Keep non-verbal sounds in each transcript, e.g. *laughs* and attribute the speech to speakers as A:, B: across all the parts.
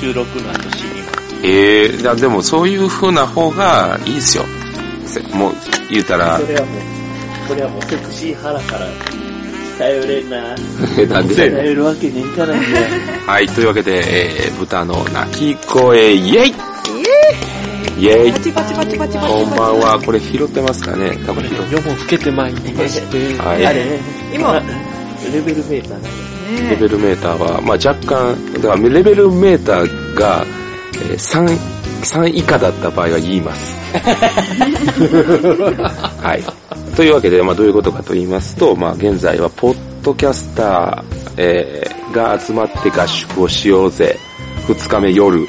A: 収録の後知ります。
B: ええー、じゃあでもそういう風な方がいいですよ。せもう、言うたら
A: そ、れはもう、これはもうセクシーハラハラ。頼れんな。
B: なんで。
A: 頼るわけねえからね。
B: はい、というわけで、えー、豚の鳴き声、イェイイェイ
C: パチパチパチパチパチパチ。
B: こんばんは、これ拾ってますかね多分拾って。
D: 夜も更けてまいりまして、
B: は
A: あ
B: い。
A: れね、
C: 今、ね
A: レベルメーターね。
B: レベルメーターは、まあ若干、だからレベルメーターが、えー、3、3以下だった場合は言い
D: *laughs*
B: ます。はい。というわけで、まあどういうことかと言いますと、まあ現在は、ポッドキャスター、えーが集まって合宿をしようぜ。2日目夜、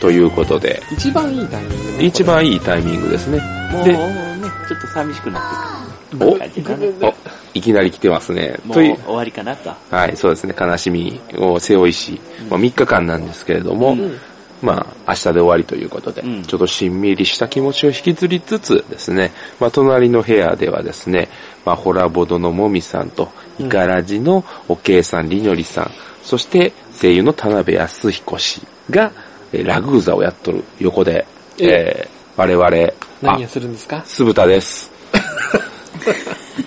B: ということで、
D: 一番いいタイミングね
B: 一番いいタイミングですね。
A: もう
B: で
A: ね、ちょっと寂しくなって
B: お
A: くる感じかな。
B: お、いきなり来てますね。
A: もう
B: という
A: 終、わりかなと。
B: はい、そうですね、悲しみを背負いし、まあ、3日間なんですけれども、まあ、明日で終わりということで、
A: うん
B: ちょっとしんみりした気持ちを引きずりつつですね、まあ、隣の部屋ではですね、まあ、ホラボドのもみさんと、イカラジのおけいさん、りのりさん、そして声優の田辺康彦氏が、えーラグーザをやっとる横で、えー我々、
D: 何
B: あ
D: を、するんですか
B: 酢豚
D: *laughs*
B: です。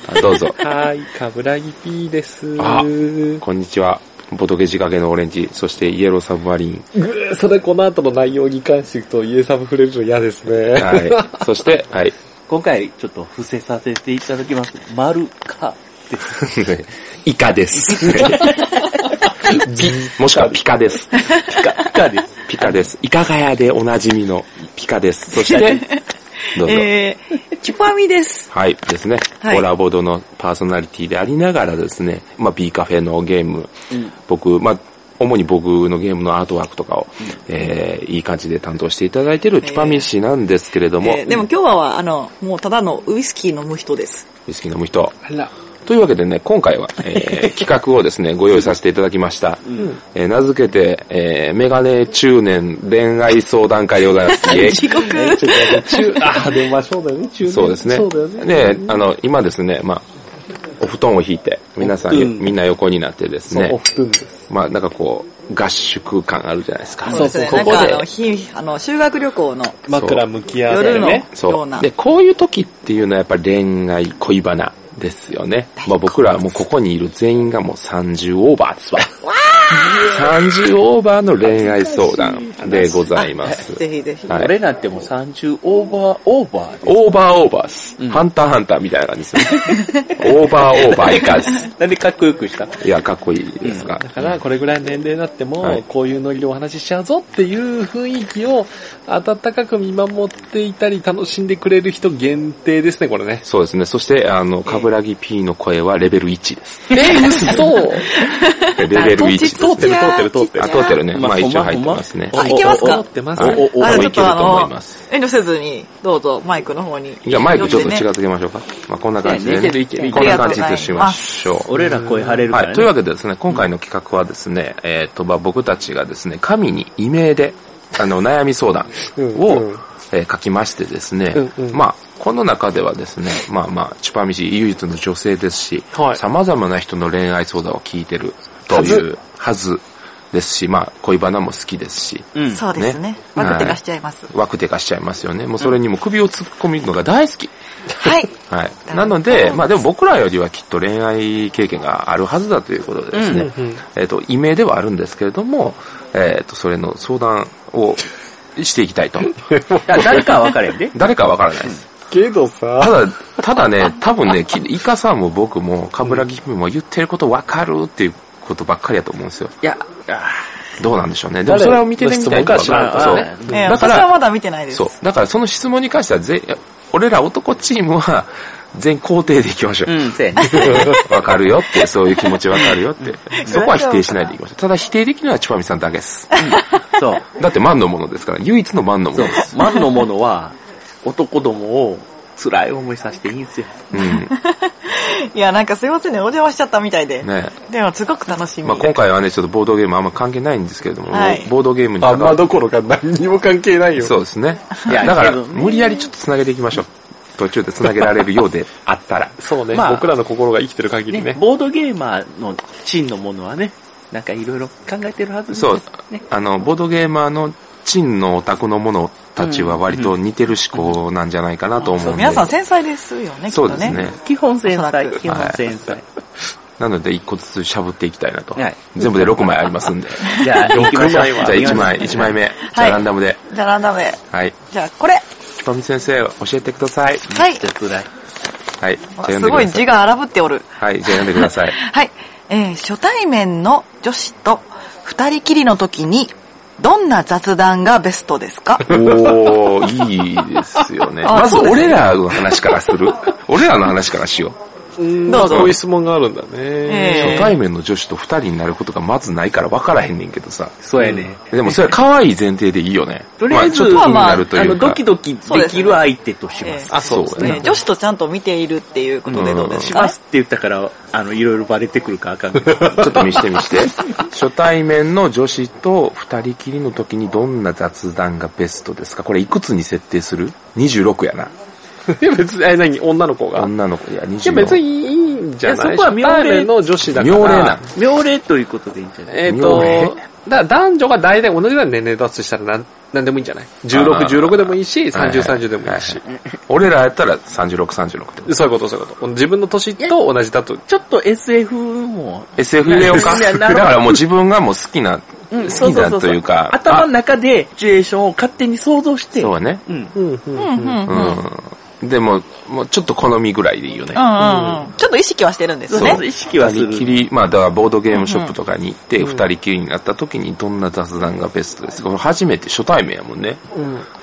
B: あどうぞ。
D: はーい、かぶらぎ P です。
B: あ
D: ぐ
B: こんにちは。ボトゲ仕掛けのオレンジ、そしてイエローサブマリン。
D: ーそれこの後の内容に関して言うと、家サブ触れるの嫌ですね。
B: *laughs* はい。そして、はい。
A: 今回、ちょっと伏せさせていただきます。丸かです。
B: *laughs* イカです。ピもしくはピカです。
A: ピカ、ピカです。
B: ピカです。イカガヤでおなじみのピカです。そして、 *laughs* どうぞ。
C: えー、チュパミです。
B: はい、ですね。
C: はい
B: コラボドのパーソナリティでありながらですね、まあ、B カフェのゲーム、
A: うん
B: 僕、まあ、主に僕のゲームのアートワークとかを、えー、いい感じで担当していただいてるチュパミ氏なんですけれども、
C: えーでも今日は、あの、もうただのウイスキー飲む人です。
B: 好きなむ人、
D: あら、
B: というわけでね、今回は、えー企画をですね、ご用意させていただきました。えー名付けて、えーメガネ中年恋愛相談会でございます。イエイ
C: 地獄。
D: ちょっと待って中、あー、でもまあそうだよね、中年
B: そうですね。
D: そうだよね。
B: で、あの、今ですね、まあ、お布団を引いて、皆さん、
A: うん
B: みんな横になってです
D: そう、オ
B: ね、
D: フトゥンです。
B: まあ、なんかこう、合宿感あるじゃないですか。
C: そうですね。
B: こ
C: なん
B: こ
C: かあ
B: で
C: の、、ひあの、修学旅行の
D: 枕向き合わせ
C: 夜
D: る
C: の
D: ね。
B: そ
C: よう
B: う。
C: な。
B: で、こういう時っていうのはやっぱり恋愛、恋バナですよね。まあ僕らもうここにいる全員がもう30オーバーですわ。30オーバーの恋愛相談でございます。
C: ぜひぜひ。
B: はい
A: 俺なんてもう30オーバーオーバーで。
B: オーバーオーバーです。ハンターハンターみたいな感じですね。オーバーオーバー以下です。
A: なんでかっこよくした
B: いや、かっこいいですが。
D: だから、これぐらいの年齢になって
B: はい
D: も、こういうノリでお話ししちゃうぞっていう雰囲気を、温かく見守っていたり、楽しんでくれる人限定ですね、これね。
B: そうですね。そして、あの、かぶらぎ P の声はレベル1です。
D: え、嘘
B: レベル1です。
D: 通ってる通ってる通ってる
B: あ、通ってるね。
A: まあ
B: まあ一
A: ほんま
B: 応入ってますね
A: ほん。ま
C: あいけますか
D: 通ってます。
B: はい
D: お
B: 多
C: あ
B: 分い
C: ちょっ
B: ける
C: と
B: と
C: あ
B: 思いま
C: の
B: す。、
C: 遠慮せずに、どうぞマイクの方に。
B: じゃあマイクちょっと
C: 呼んで
B: 近
C: ね
B: づけましょうか。まあこんな感じで、
A: いけるいけるいける
B: こんな感じとしましょう。
A: 俺ら声張れるか
B: は
A: ら
B: い。
A: ね。
B: というわけでですね、今回の企画はですね、えっ、と、まあ、僕たちがですね、神に異名で、あの、悩み相談を、
D: うんうん
B: えー書きましてですね、
D: うんうん
B: まあ、この中ではですね、まあまあ、チュパミシ唯一の女性ですし、
D: はい
B: 様々な人の恋愛相談を聞いてるというはずですし、まあ、恋バナも好きですし、
A: うん。
C: そうですね
B: ね。
C: ワクテカしちゃいます。
B: ワクテカしちゃいますよね。もうそれにも首を突っ込みるのが大好き。
C: はい。
B: はい。
C: なるほど
B: なので、まあでも僕らよりはきっと恋愛経験があるはずだということでですね、
D: うんうん
B: えっ、と、異名ではあるんですけれども、えっ、と、それの相談をしていきたいと。
A: だ誰かは分かれんで。
B: 誰かはわからないです。
D: けど
B: た *laughs*
D: さ、
B: だ、ただね、多分ね、きイカさんも僕も、カブラギ君も言ってることわかるっていうことばっかりだと思うんですよ。
A: いや、あ
B: どうなんでしょうね。でもそれを見てみたいと
D: 誰の質問か知らん
B: そ
A: か
B: う
A: らね
B: そう
C: えー
B: だか
C: 私
B: ら
C: はまだ見てないです。
B: そう。だからその質問に関してはぜ、俺ら男チームは全肯定でいきましょ
A: ー
B: う。
A: うん、せやね。
B: わかるよって、そういう気持ちわかるよって。そこは否定しないでいきましょう。ただ否定できるのはチュパミさんだけです。
A: そう。
B: だって万のものですから、唯一の万のものです。
A: 万のものは、男どもを辛い思いさせていいんすよ。
B: うん。
C: いや、なんかすいませんね。お邪魔しちゃったみたいで。
B: ね
C: でも、すごく楽しみ。
B: まあ今回はね、ちょっとボードゲームあんま関係ないんですけれども、
C: はい
B: ボードゲームに
D: あ
B: 関
D: ん
B: わ
D: ま
B: る。
D: どころか何にも関係ないよ。
B: そうですね。
A: いや
B: だから、
A: けどね
B: 無理やりちょっと繋げていきましょう。途中で繋げられるようであったら。
D: そうね、
A: まあ
D: 僕らの心が生きてる限り
A: ね
D: ね。
A: ボードゲーマーの真のものはね、なんかいろいろ考えてるはずです
B: そう
A: ね。、
B: あの、ボードゲーマーのチンのオタクの者たちは割と似てる思考なんじゃないかなと思うんで。
C: そう皆さん繊細ですよね、きっ
B: そ
C: と
B: うですね。
A: 基本繊細
C: おそらく。
A: 基本繊細。
B: なので一個ずつしゃぶっていきたいなと。
A: はい
B: 全部で6枚ありますんで。
A: じゃあ、行きましょう。
B: じゃあ1枚、1枚目。じゃあランダムで。
C: じゃあランダムで。
B: はい。
C: じゃあこれ。
B: トミ先生、教えてください。
C: はい。
A: じゃあ、辛い。
B: はい。じゃあ
C: わ
B: 読
C: す
B: んでく
C: ごい
B: ださ
C: 字
B: い。
C: が荒ぶっておる。
B: はい。じゃあ読んでください。
C: はい。えー初対面の女子と二人きりの時に、どんな雑談がベストですか
B: おー、いいですよね。
C: あ
B: まず
C: そうですね
B: 俺らの話からする。俺らの話からしよう。
C: どうぞ
D: こういう質問があるんだね。
C: えー
B: 初対面の女子と二人になることがまずないから分からへんねんけどさ。
A: そうやね。
B: でもそれは可愛い前提でいいよね。
A: とりあえず
B: まちょっと気に
C: まあまあ
B: なると
A: あ
B: い
A: の、
B: うか。
A: ドキドキできる相手とします。
C: え
B: あ、そう
D: そう
B: だ
D: です
C: ね
B: ね。
C: 女子とちゃんと見ているっていうことでどうです
A: し
C: か、
A: ま
C: ね
A: すって言ったから、あの、いろいろバレてくるかあかんけど。
B: ちょっと見して見して。初対面の女子と二人きりの時にどんな雑談がベストですかこれいくつに設定する ?26 やな。
D: *laughs* いや別に、え、何女の子が。い
B: 女の子、いや、26。
D: や別にいいんじゃない
A: いやそこは妙齢
D: 初対面の女子だから。
B: 妙齢な。
A: 妙齢ということでいいんじゃない
D: えっ、
B: 妙齢
D: と、だ男女が大体同じぐらいの年齢だとしたらなん、なんでもいいんじゃない ?16、
B: あー
D: 16でもいいし、
B: はいはい
D: 30、30でもいいし。
B: 俺らやったら36、36ってこと。
D: そういうこと、そういうこと。自分の年と同じだと。
A: ちょっと SF も、
B: SF 入れようか。
A: いや
B: だ
A: な
B: か
A: るほど
B: らもう自分がもう好きな、
A: うん
B: 好きだというか。
A: 頭の中でシチュエーションを勝手に想像して、
B: そうね。
A: うん。
D: うん、うん、
C: うんうんうん。うんうんうん。
B: うん。でも、もうちょっと好みぐらいでいいよね。
C: ちょっと意識はしてるんです
A: そう
C: よ
A: ね
C: ね。。
A: 意識はす
B: 二人き
A: る。
B: り、まあだからボードゲームショップとかに行って、二人きりになった時にどんな雑談がベストですかこれ初めて初対面やもんね。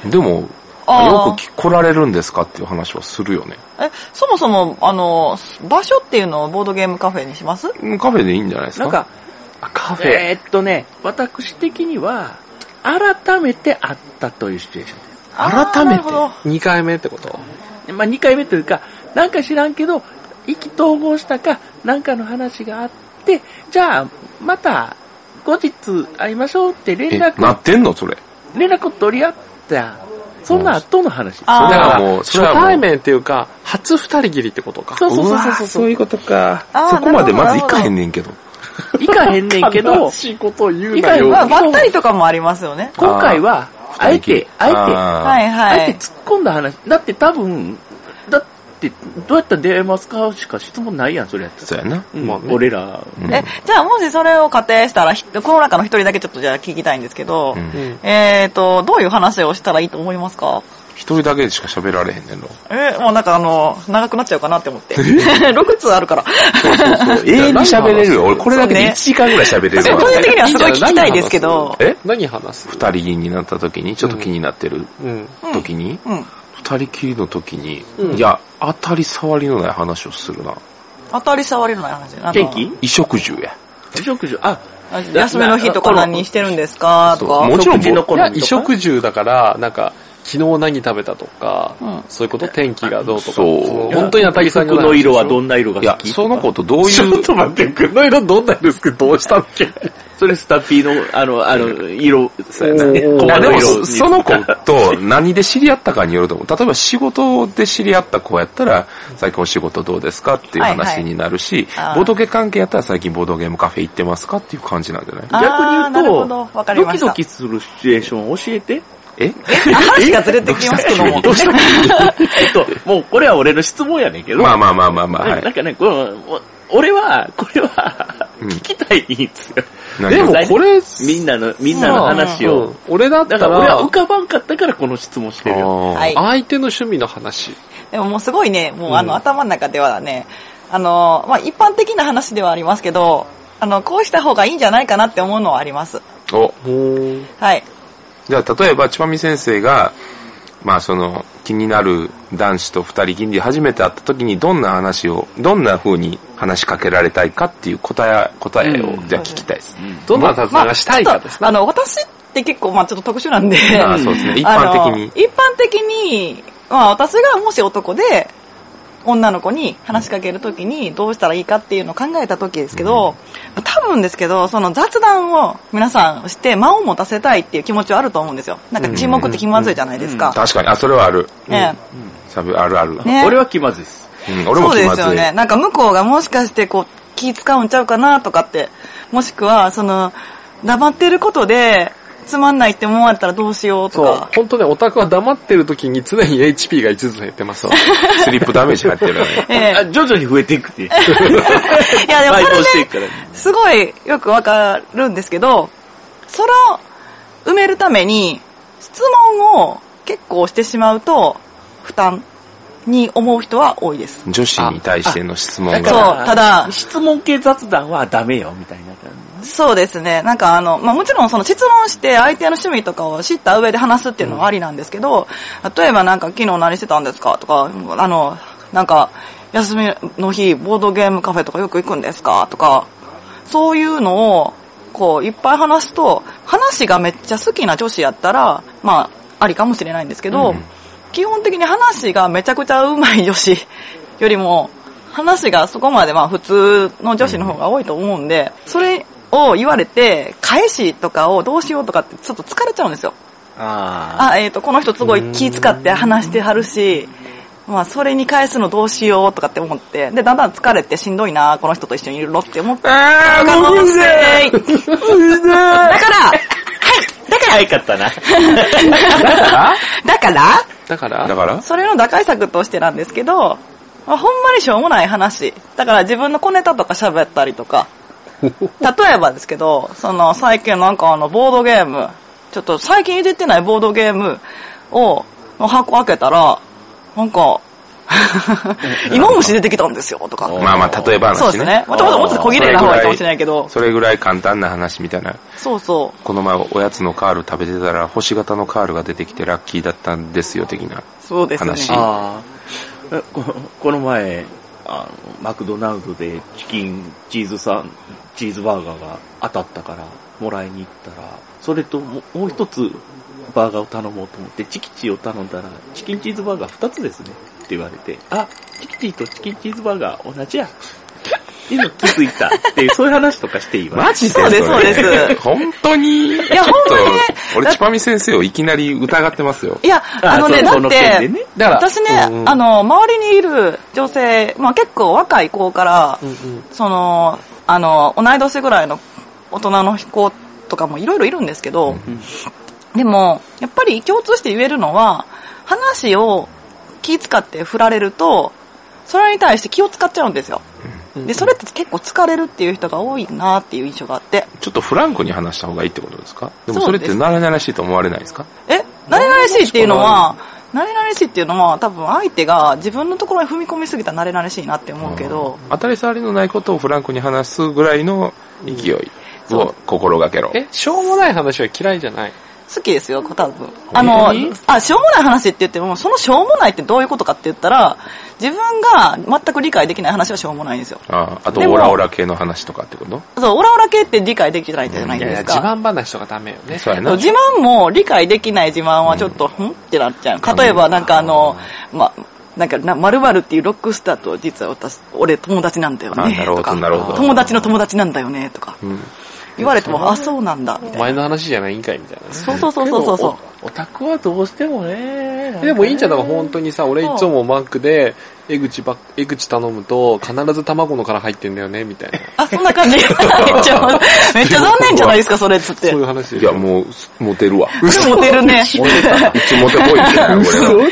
D: うん。
B: でも、よ
C: あー
B: くき来られるんですかっていう話はするよね。
C: え、そもそも、あの、場所っていうのをボードゲームカフェにします
B: うんカフェでいいんじゃないですか
A: なん、か、
B: あカフェ。
A: えーっとね、私的には、改めて会ったというシチュエーションです。
C: あー
B: 改めて
C: なるほど。
D: 2回目ってこと
A: でまあ2回目というか、なんか知らんけど、意気投合したか、なんかの話があって、じゃあ、また、後日会いましょうって連
B: え、
A: 絡
B: なってんのそれ。
A: 連絡を取り合った、その後の話。
C: あ
B: そ
C: ー
B: れ
D: だ
B: は
D: か
B: も
D: ら、
B: う、そ
D: 初
B: れはもう
D: 対面っていうか、初二人きりってことか。
A: そうそうそうそう
B: わ
A: そ
B: ー
A: う。
B: そういうことか。
C: あー
B: そこまでま
C: な
B: ず
C: る
B: 行
C: ほど
B: かへんねんけど。
A: 行かへんねんけど *laughs*
D: 悲、しいことを言う
A: 以
D: な
A: 外
D: よ。
C: まあ、ばったりとかもありますよね。
A: 今回は、あえて、あえて、
B: あ
C: は
B: え
C: い
A: あ
C: は
A: え
C: い
A: て。突っ込んだ話。だって多分、だって、どうやったら出会えますかしか質問ないやん、それやったら。
B: そうやな。
A: うん
D: まあね
A: 俺ら、
B: うん
C: え、じゃあもしそれを仮定したら、ひこの中の一人だけちょっとじゃあ聞きたいんですけど、
B: うん
D: うん。
C: えーと、どういう話をしたらいいと思いますか
B: 一人だけでしか喋られへんねんの。
C: えもうなんかあの、長くなっちゃうかなって思って。6通 *laughs* あるから。
B: 永遠に喋れるよ。俺これだけで1時間ぐらい喋れるわ。
C: そうね個人的にはすごい聞きたいですけど
B: え
D: 何話す
B: 二人になった時に、ちょっと気になってる
D: うん。
B: 時に、
C: うん。
B: 二、人きりの時に、
D: うん
B: いや、当たり障りのない話をするな。
C: 当たり障りのない話だな。
A: 元気
B: 衣食住や。
A: 食事、あ、
C: あの休みの日とか何してるんですかと
B: そう
C: か。
B: もちろん
A: 食事の
D: い
A: 頃
D: や、
A: にと
D: 衣
A: か
D: 食住だから、なんか、昨日何食べたとか、
C: うん
D: そういうこと天気がどうとか。
B: そう
D: の本当に当たりさん
A: 服の色はど
D: ん
A: んな色が
B: いや
A: 好、き
B: その子とどう
D: ち
B: い
D: ょっ
B: う、
D: と待って、服の色どんな色ですけど、どうしたっけ
A: それスタッフィーの、あの、あの、色、そうやなね。
D: おー
A: 粉
B: まあで
A: の
B: も、
A: 色
B: そ
A: に
B: その子と何で知り合ったかによると思う。例えば仕事で知り合った子やったら、最近お仕事どうですかっていう話になるし、
C: はいはいあー
B: ボドゲ関係やったら最近ボドゲームカフェ行ってますかっていう感じなんじゃない
C: あー
A: 逆に言うと
C: なるほど。わかり
A: ド
C: ま
A: キ
C: した。
A: ドキするシチュエーションを教えて。
B: え
C: *laughs* 話がずれてきますけども。
A: どうした *laughs* えっと、もうこれは俺の質問やねんけど。
B: まあまあまあまあまあ、は
A: ねなん
B: い。
A: かね、このお俺は、これは、
B: うん
A: 聞きたいんですよ。
B: 何
D: でも
A: 何
D: これ、
A: みんなの、みんなの話
D: う
A: を
D: ん。俺だっ
A: だ
D: た
A: から俺は
D: ら
A: 浮、かばんかったからこの質問してるよ。
B: あー
C: はい
D: 相手の趣味の話。
C: でももうすごいね、もうあの、
D: うん
C: 頭の中ではね、あの、まあ、一般的な話ではありますけど、あの、こうした方がいいんじゃないかなって思うのはあります。
B: お、
C: はい。
B: じゃあ、例えば、ちばみ先生が、まあ、その、気になる男子と二人きりで初めて会った時に、どんな話を、どんな風に話しかけられたいかっていう答え、答えを
A: う、ん
B: じゃあ聞きたいです。
D: どんな雑談がしたい
C: ちょ
D: か
C: っ
D: です
C: と、あの、私って結構、まあ、ちょっと特殊なんで、 *laughs*
B: ああ、そうですね。一般的に
C: あの。一般的に、まあ、私がもし男で、女の子に話しかけるときにどうしたらいいかっていうのを考えたときですけど、多分ですけど、その雑談を皆さんして間を持たせたいっていう気持ちはあると思うんですよ。なんか沈黙って気まずいじゃないですか。
B: 確かに、あ、それはある。
C: ね
B: サブ、あるある。
C: ね
A: 俺は気まずいです。
B: うん、俺も気
C: そう
B: ま
C: ですよ
B: ずい。
C: ね。なんか向こうがもしかしてこう気使うんちゃうかなとかってもしくは、その、黙ってることで、つまんないって思われたらどうしようと
D: そう
C: か。。
D: 本当ね、オタクは黙ってる時に常に HP が5つ減ってますわ。
B: スリップダメージ入ってるよ
C: *laughs*
B: ね。
C: え
A: あ
C: え
A: 徐々に増えていくっていう。
C: いや、でも
A: 倍
C: そ
A: 増
C: れ
A: してい
C: ね、
A: くから。
C: すごいよくわかるんですけど、それを埋めるために、質問を結構してしまうと、負担に思う人は多いです。
B: 女子に対しての質問
A: だ
C: そ
A: か
C: う
B: が。
A: ら
C: ただ
A: 質問系雑談はダメよ、みたいな感じ。
C: そうですね。なんかあの、まあ、もちろんその質問して相手の趣味とかを知った上で話すっていうのはありなんですけど、例えばなんか昨日何してたんですかとか、あの、なんか休みの日ボードゲームカフェとかよく行くんですかとか、そういうのをこういっぱい話すと、話がめっちゃ好きな女子やったら、まあ、ありかもしれないんですけど、
B: うん
C: 基本的に話がめちゃくちゃ上手い女子 *laughs* よりも、話がそこまでまあ普通の女子の方が多いと思うんで、それを言われて、返しとかをどうしようとかってちょっと疲れちゃうんですよ。
A: あ
C: あ、えっ、と、この人すごい気使って話してはるし、まあそれに返すのどうしようとかって思って、で、だんだん疲れてしんどいな、この人と一緒にいるのって思って、
A: あーもううぜ
C: だから、はいだ
A: ー
C: か
A: 早かったな。
C: ら、だから、
D: だから
B: だから
C: それの打開策としてなんですけど、まあほんまにしょうもない話。だから自分の小ネタとか喋ったりとか。
B: *laughs*
C: 例えばですけど、その最近なんかあのボードゲーム、ちょっと最近いじってないボードゲームを、の箱開けたら、な
B: *laughs*
C: んか、芋虫出てきたんですよとか。
B: まあまあ、例えば
C: そう
B: 話
C: で
B: ね。
C: すね。もともともっと小切れな方がいいかもしれないけど、
B: それぐらい簡単な話みたいな。
C: そうそ
B: この前おやつのカール食べてたら星型のカールが出てきてラッキーだったんですよ的な。
C: う、そうですね。
B: 話
A: ああ *laughs* えここの前あの、マクドナルドでチキン、チーズさん、チーズバーガーが当たったから、もらいに行ったら、それとももう一つバーガーを頼もうと思って、チキチを頼んだら、チキンチーズバーガー二つですね。って言われて、あ、チキチとチキンチーズバーガー同じや。っていうの気づいた。っていう、そういう話とかしていいわ。
B: マジで
C: そうです
B: れ
C: そうです
B: 本当に。い
C: やほんまね
B: 俺、チパミ先生をいきなり疑ってますよ。
C: いや、あのね、だ
A: そうこ
C: っ
A: 件
C: て、
A: でね
D: だから、
C: 私ね、
B: うん
C: あの、周りにいる女性、まあ結構若い子から、その、あの、同い年ぐらいの大人の子とかもいろいろいるんですけ
B: う
C: ど、
B: ん
C: でも、やっぱり共通して言えるのは、話を気使って振られると、それに対して気を使っちゃうんですよ。で、それって結構疲れるっていう人が多いなっていう印象があって、
B: ちょっとフランクに話した方がいいってことですかでも
C: そ
B: そうれ
C: で
B: っ
C: す
B: てな々しいと思われないですか
C: え、なれなれしいっていうのは、なれなれしいっていうのは、多分相手が自分のところに踏み込みすぎたらなれなれしいなって思うけど、
B: ん当たり障りのないことをフランクに話すぐらいの勢い
C: そう
B: を心がけろ。
D: え、しょうもない話は嫌いじゃない。
C: 好きですよ、多分。あの、あ、しょうもない話って言っても、そのしょうもないってどういうことかって言ったら、自分が全く理解できない話はしょうもないんですよ。
B: ああと、
C: で
B: オ
C: も
B: ラオラ系の話とかってこと
C: そう、オラオラ系って理解できないじゃない
D: いやい
C: で
D: や、
C: す
D: 自
C: か。
D: 慢話とかダメよね。
B: そうや
C: そう
B: な。
C: 自慢も理解できない自慢はちょっと、んってなっちゃう。例えばなんかあの、ま、なんかな、〇〇っていうロックスターと実は私、俺友達なんだよ
B: あ
C: ね。
B: なるほど
C: とか
B: なるほど
C: 友達の友達なんだよね、とか。
B: うん
C: 言われても、あ、そうなんだ、み
D: お
C: たい
D: 前
C: な。
D: の話じゃないんかいみたいなね。
C: そうそうそうそうそうそう。
A: う。オタクはどうしてもね。
D: でもいいんじゃんだ
A: う
D: から本当にさ、俺いつもマックで、江口ばっ、江口頼むと、必ず卵の殻入ってんだよね、みたいな。
C: あ、そんな感じ。めっちゃ、めっちゃ残念じゃないですか、それっつって。
D: そういう
C: で
D: 話で
B: い
D: し
B: や、
D: ょ。
B: もう、モテるわ。
C: もモテるね。
B: うちモテこいっ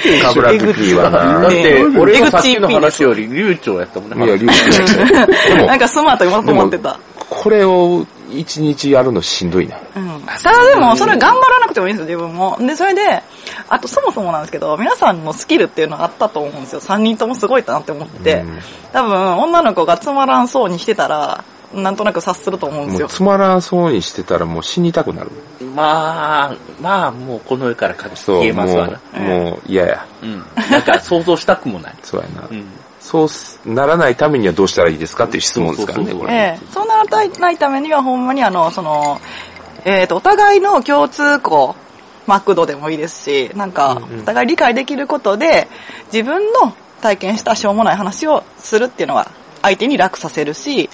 B: てな、これ。かぶらずき
A: だ
B: はな。
A: っ
B: い
A: て、俺のさっきの話より流暢やったもんね。
B: や、りゅうでも
C: なん、かスマートにまとまってた。
B: これを一日やるのしんどいな。
C: うん。ただでも、それ頑張らなくてもいいんですよ、自分も。で、それで、あとそもそもなんですけど、皆さんのスキルっていうのがあったと思うんですよ。3人ともすごいなって思ってて
B: うん。
C: 多分、女の子がつまらんそうにしてたら、なんとなく察すると思うんです
B: もう
C: よ。
B: つまらんそうにしてたらもう死にたくなる。
A: まあ、まあ、もうこの世から書き消
B: そう、
A: えます
B: も
A: わな。
B: う、もう嫌や。
A: うん。なんか想像したくもない。
B: そうやな
A: う。ん。
B: そうすならないためにはどうしたらいいですかっていう質問ですからね、
A: そうそうそう
B: これ。
C: ええ、そうならないためには、ほんまにあの、その、えっ、と、お互いの共通項、マクドでもいいですし、なんか、お互い理解できることで、自分の体験したしょうもない話をするっていうのは、相手に楽させるし、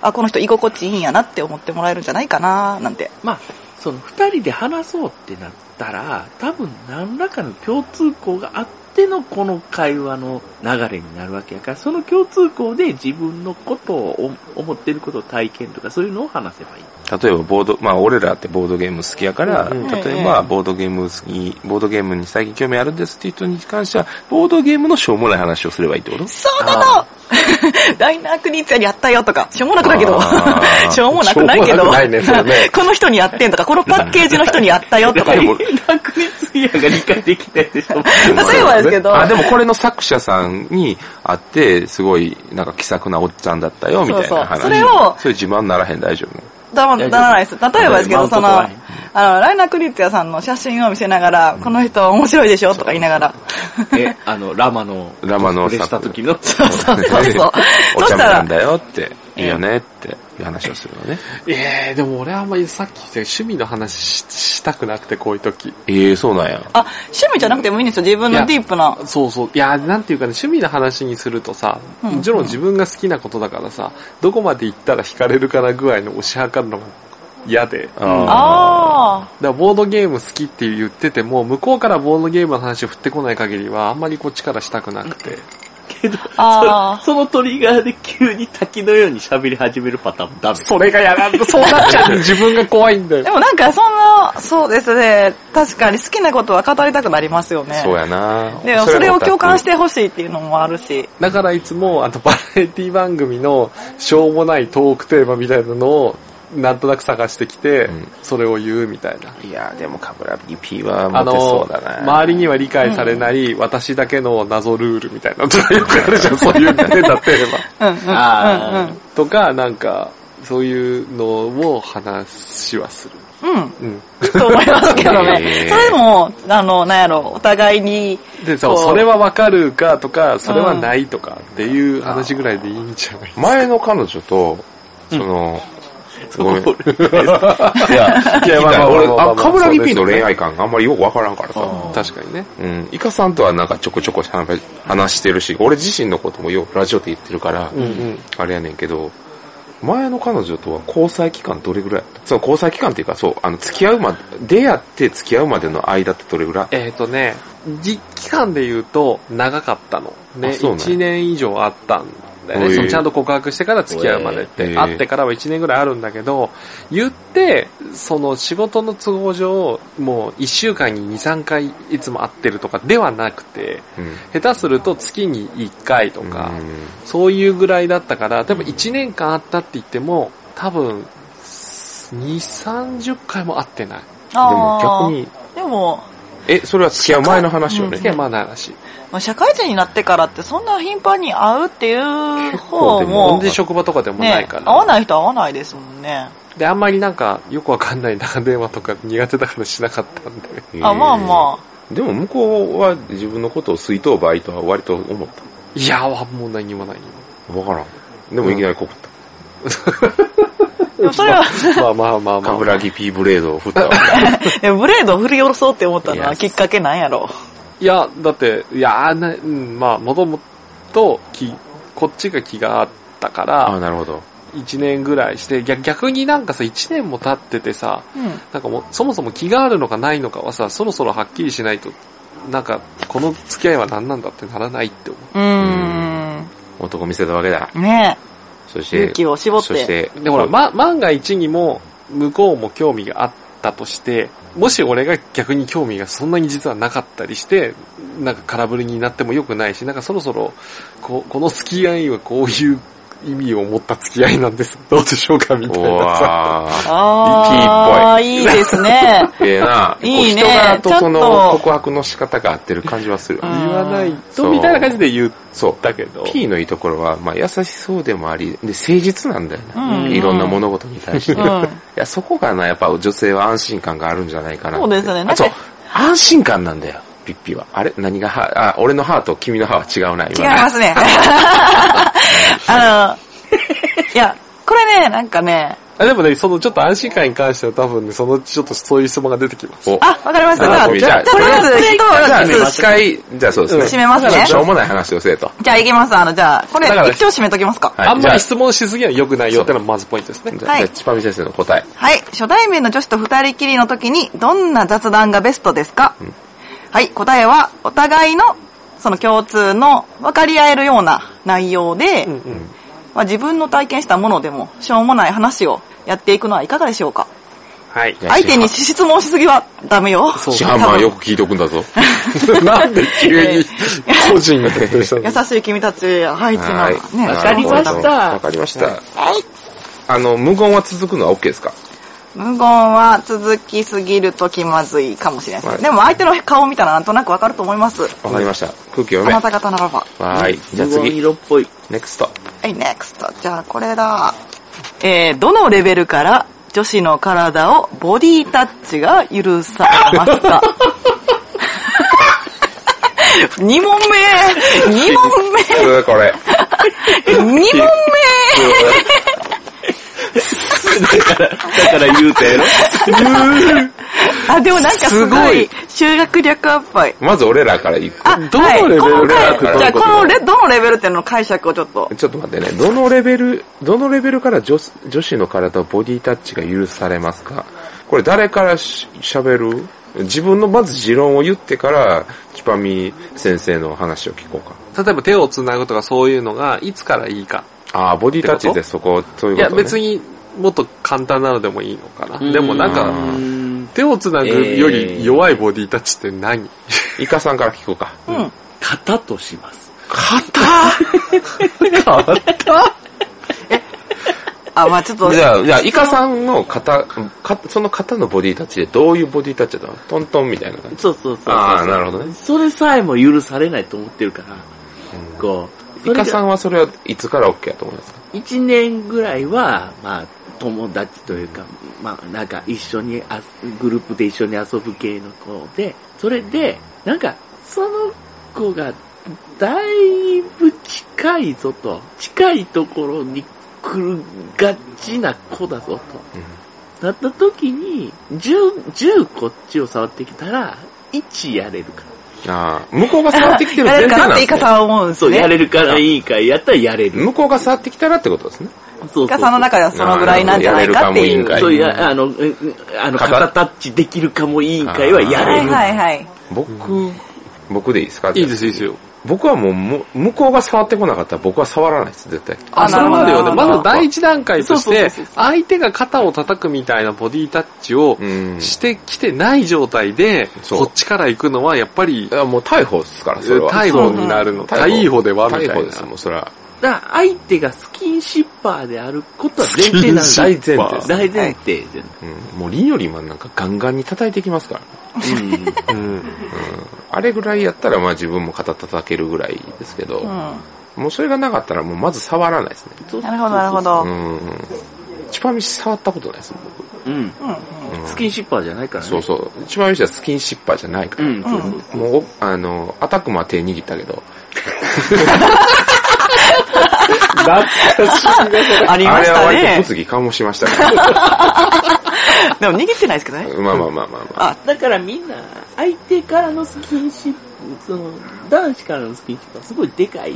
C: あ、この人居心地いいんやなって思ってもらえるんじゃないかな、なんて。 *laughs*
A: まあ、その二人で話そうってなったら、多分何らかの共通項があってのこの会話の流れになるわけやから、その共通項で自分のことを思ってること、体験とかそういうのを話せばいい。
B: 例えばボード、まあ俺らってボードゲーム好きやから、
D: うんうん
B: 例えばボードゲーム好き、ボードゲームに最近興味あるんですっていう人に関しては、ボードゲームのしょうもない話をすればいいってこと
C: そうなのダイナークニッツァにやったよとか、しょうもなくだけど
B: あ。ー
C: *laughs* しょうもなくないけ
D: しょう
C: ど。
D: もなくないねそれね
C: *laughs* この人にやってんとか、このパッケージの人にやったよとか。
A: だ
C: 例
A: か
C: え
A: ら、楽にツイヤが理解できないでしょ。
C: ばですけど、
B: あ、でもこれの作者さんに会って、すごい、なんか気さくなおっちゃんだったよ、みたいな話。
C: そうそうそれを
B: それ自慢ならへん、大丈夫。
C: だまならないです。例えばですけ
A: マウ
C: ど、
A: ント
C: その、
A: 取ら
C: あ
A: へん
C: の、ライナークニッツァさんの写真を見せながら、この人面白いでしょとか言いながら。
A: え、あの、ラマの、
B: ラマの
A: コスプレした時の、
C: そうそうそうそう。
B: *laughs* お茶目
C: そした
B: なん
C: ら、
B: だよって、いいよねっていう話をするのね。
D: ええでも俺はあんまりさっき言ったように趣味の話ししたくなくて、こういう時。
B: ええそうなんや。
C: あ、趣味じゃなくてもいいんですよ。自分のディープな。
D: そうそう。いや、なんていうかね、趣味の話にするとさ、
C: うん
D: もちろん自分が好きなことだからさ、どこまで行ったら惹かれるかな具合の推し量るのが嫌で。だか
C: あ
D: らボードゲーム好きって言ってても、向こうからボードゲームの話を振ってこない限りは、あんまりこっちからしたくなくて。
A: けど
C: あー
A: そ、そのトリガーで急に滝のように喋り始めるパターンもダメ。
D: それが嫌 *laughs* なんだ。そうなっちゃう。自分が怖いんだ
C: あ。で
D: よ。
C: もなんかそんな、そうですね。確かに好きなことは語りたくなりますよね。
B: そうやな
C: で、それを共感し。てほしいっていうのもあるし。
D: だからいつも、あの、バラエティ番組の、しょうもないトークテーマみたいなのを、なんとなく探してきて、
B: うん
D: それを言うみたいな。
B: いやでもカブラギ P は
D: あ
B: モテそ
D: の
B: うだな、
D: 周りには理解されない、私だけの謎ルールみたいなのとかよくあるじゃん、そういうね、例えば。
C: うんうん。
A: あ
D: *laughs* とか、なんか、そういうのを話はする。
C: うんうん。
D: うん。
C: と思いますけど
B: へ
C: ね
B: ー。
C: それでも、あの、なんやろ、お互いに、
D: で、そう、
C: そう
D: それはわかるかとか、それはないとかっていう話ぐらいでいいんじゃない
B: 前の彼女と、その、
A: そこ
B: ご
A: 俺
B: いや、いや、まあまあ、俺、
D: まあまあま
B: あ、
D: あ
B: カブラギ
D: そうです
B: P の
D: よね
B: 恋愛観があんまりよくわからんからさ。
D: 確かにね。
B: うん。イカさんとはなんかちょこちょこ話話してるし、俺自身のこともよくラジオで言ってるから、
D: うんうん。
B: あれやねんけど、前の彼女とは交際期間どれぐらいその交際期間っていうか、そう、あの、付き合うまで、出会って付き合うまでの間ってどれぐらい
D: えっ、とね、実期間で言うと長かったの。ね、
B: あそうなんや
D: 1年以上あったんだよ
B: お
D: ね。
B: い
D: そのちゃんと告白してから付き合うまでって。
B: おい
D: 会ってからは1年ぐらいあるんだけど、言って、その仕事の都合上、もう1週間に2、3回いつも会ってるとかではなくて、
B: うん。
D: 下手すると月に1回とか、
B: うん
D: そういうぐらいだったから、多分1年間あったって言っても、多分、2、30回も会ってない。
B: で
C: あ
B: も
C: ー
B: 逆。に、
C: でも、
B: え、それは付き合う前の話よね。
D: 付き合いまあない話。
C: まあ社会人になってからってそんな頻繁に会うっていう
B: 構
C: 方
B: で
D: ほ
B: も
C: も
D: んで、職場とかでもない
C: ね、
D: か
C: 会
D: ら。
C: わない人は会わないですもんね。
D: で、あんまりなんか、よくわかんない *laughs* 長電話とか苦手だからしなかったんで。
B: へー
C: あ、まあま
B: でも向こうは自分のことを水筒バイトは割と思っ
D: *laughs* いやー、もう何もないよ。
B: た。わからん。でもいきなり告った。
C: あ。でもそれは、
D: まあまあまあま
B: カ
D: あ
B: ブ。ラギ P ブレードを振ったわ。
C: でもブレードを振り下ろそうって思ったの
B: い
C: は
B: や
C: きっかけなんやろ。
D: いや、だって、いやー、なうん、まあ、もともと、き、こっちが気があったか
B: あ、
D: ら、
B: なるほど。
D: 1年ぐらいして、逆逆になんかさ、1年も経っててさ、
C: うん。
D: なんかもう、そもそも気があるのかないのかはさ、そろそろはっきりしないと、なんか、この付き合いは何なんだってならないって思
C: うーん。
B: 男見せたわけだ。
C: ね
B: そして、
C: 勇気を絞っ。
B: そしてて
D: う。、で、ほら、ま、万が一にも、向こうも興味があったとして、もし俺が逆に興味がそんなに実はなかったりして、なんか空振りになっても良くないし、なんかそろそろ、ここの付き合いはこういう意味を持った付き合いなんです。 *laughs* どうでしょうかみたい
B: お
D: なさ。
B: わー。
C: ああ、いいです
B: *laughs*
C: ね。
B: ええな。
C: いいね
B: こう人柄とそ
C: ちょっ
B: の
C: と
B: 告白の仕方が合ってる感じはする。
C: うん
D: 言わない
B: そ
D: と、
B: う
D: みたいな感じで言っ
B: そう。
D: たけど。
B: P のいいところは、まあ、優しそうでもあり、で、誠実なんだよな。
C: うん
B: いろんな物事に対して。
C: う
B: い
C: ん。
B: や、そこがな、やっぱ女性は安心感があるんじゃないかなって。
C: そうですね
B: あ、そう
C: なんか。
B: 安心感なんだよ。ピッピは。あれ何がは、あ、俺の歯と君の歯は違うな、
C: 違い
B: 今ね。
C: ます *laughs* ね。あの、いや、これね、なんかね、
D: あでもね、そのちょっと安心感に関しては多分ね、そのうちちょっとそういう質問が出てきます。
B: お
C: あ、わかりました。じゃあ、
B: じゃあ
C: とりあえず、
B: とりあえず
C: 一
B: じゃあ
C: 応
B: ね、
A: うん
B: 一回、じゃあそうですね。
C: 締めますね
B: ちょっとしょうもない話をせえと。
C: じゃあ、行きます。あの、じゃあ、これ、
D: だから
C: 一応締めときますか。
B: はい
D: あんま
B: じゃあ
D: り質問しすぎは良くないよってのはまずポイントですね。
B: じゃあ、
C: はい
B: じゃあちぱみ先生の答え。
C: はい。初対面の女子と二人きりの時に、どんな雑談がベストですか、はい。答えは、お互いの、その共通の分かり合えるような内容で、
D: うんうん。
C: まあ、自分の体験したものでも、しょうもない話をやっていくのはいかがでしょうか
D: はい。
B: いや
C: 相手に質問しすぎはダメよ。
D: そう
B: 市販マンよく聞いておくんだぞ。なんで急に。
D: 個人が徹底したん
C: 優
D: で
C: しい君たち、はい、つな、
B: はい。
C: ね。
A: わかりました
B: わかりました。あの、無言は続くのは OK ですか
C: 無言は続きすぎると気まずいかもしれないです、
B: はい
C: でも相手の顔見たらなんとなくわかると思います。
B: わかりました。空気読
C: あ
B: め。
C: な
B: は
C: た方ならば。
B: ーい。じゃあ
A: 無言
B: 次。
A: 色っぽい。
B: NEXT。
C: はい、NEXT。じゃあこれだ。えー、どのレベルから女子の体をボディタッチが許されます *laughs* か ?2 問目 !2 問目
B: これこれ。
C: !2 問目
A: だから言うてやろ。
C: あ、でもなんかす
B: す
C: ご
B: ご
C: い
B: い、
C: 修学旅行っぽい。
B: まず俺らから行く。
C: あ、
D: どのレベル
C: はいこの
B: だから
C: じゃ
B: どうい
C: あ
B: うこ
C: ことのレ、どのレベルっていうのの解釈をちょっと。
B: ちょっと待ってね。どのレベル、どのレベルから女子女子の体をボディタッチが許されますかこれ誰からし喋る自分のまず持論を言ってから、チパミ先生の話を聞こうか。
D: す。例えば手を繋ぐとかそういうのが、いつからいいか。
B: ああ、ボディタッチでそこ、そういうこと、ね。
D: いや、別
B: に。
D: にもっと簡単なのでもいいのか
A: う
D: な。
A: ん
D: でもなん
B: う
D: か、
A: ん
D: 手を繋ぐより弱いボディタッチって何
B: イカさんから聞こうか。
C: うん。
A: 型とします。
C: あ、まあちょっと。
B: じゃあ、じゃあ、イカさんの肩、かその肩のボディタッチでどういうボディタッチだったのトントンみたいな感じ。
A: そうそうそうそう。
B: ああ、なるほどね。
A: それさえも許されないと思ってるから、こう、それ
B: イカさ
A: が
B: んはそれはいつから OK だと思いますか
A: 一年ぐらいは、まあ、友達というか、まあ、なんか一緒にあ、グループで一緒に遊ぶ系の子で、それで、なんか、その子が、だいぶ近いぞと、近いところに来るがちな子だぞと。なった時に、10、10こっちを触ってきたら、1やれるから。
B: ああ、向こうが触ってきてる
C: や
B: 前
C: れる
B: 提な
C: か
B: ん *laughs* で
C: なって
B: す
C: イカ
B: ね。
C: さんは思うんで
A: そ
C: す
A: う、
C: ね。
A: やれるからいいか、やったらやれる。
B: 向こうが触ってきたらってことですね。
A: そうそうそう
C: イカさんの中ではそのぐらいなんじゃないかってい
B: あー
C: う。
B: なるほどやれるかもいいんか
A: そ
B: い
A: ういや、あの、えあの、
B: 肩
A: 肩タッチできるかもいいかいはや
C: は
A: れ
C: い
A: る。
C: はいはい。
B: 僕、僕でいいですか
D: いいです、いいですよ。
B: 僕はもうも、向こうが触ってこなかったら僕は触らないです、絶対。
D: あ、それまでよね。
C: な
D: ま
C: るほ
D: ず
C: ど
D: 第一段階とし
A: そうそう
D: て
A: そうそう、
D: 相手が肩を叩くみたいなボディタッチを
B: うん。
D: してきてない状態で、
B: そう
D: こっちから行くのはやっぱり
B: い、やもう逮捕ですから、それは。
D: 逮捕になるの。
B: 逮捕
D: 逮捕ではみたい
B: 逮
D: な。
B: 捕です、もうそれは。
A: だから相手がスキンシッパーであることは前提なんだ。
B: スキンシッパー
A: 大前提じゃ
B: うん。もう、リンよりもなんかガンガンに叩いてきますから。
A: ない。うん
D: うん
B: あれぐらいやったら、まあ自分も肩叩けるぐらいですけど、
C: うん。
B: もうそれがなかったら、もうまず触らないですね。
C: なるほどなるほ。ど。
B: う
C: うん
B: ん。チパミシ触ったことないです、僕。
A: うん。
C: うん。
A: スキンシッパーじゃないからね。
B: そうそう。チパミシはスキンシッパーじゃないか
A: う
B: ら。
A: ん。そうそうそう。
B: もう、あの、アタックマンは手握ったけど、
C: あり
B: あ
C: ま
B: れ
C: し
B: は
C: た
B: 割と
C: ね。
B: 物議かもしましたけ
C: でも握ってないですけどね。
B: ど、まあまあまあまあまあ。
A: あ、 *laughs* だからみんな、相手からのスキンシップ、その、男子からのスキンシップはすごいでかい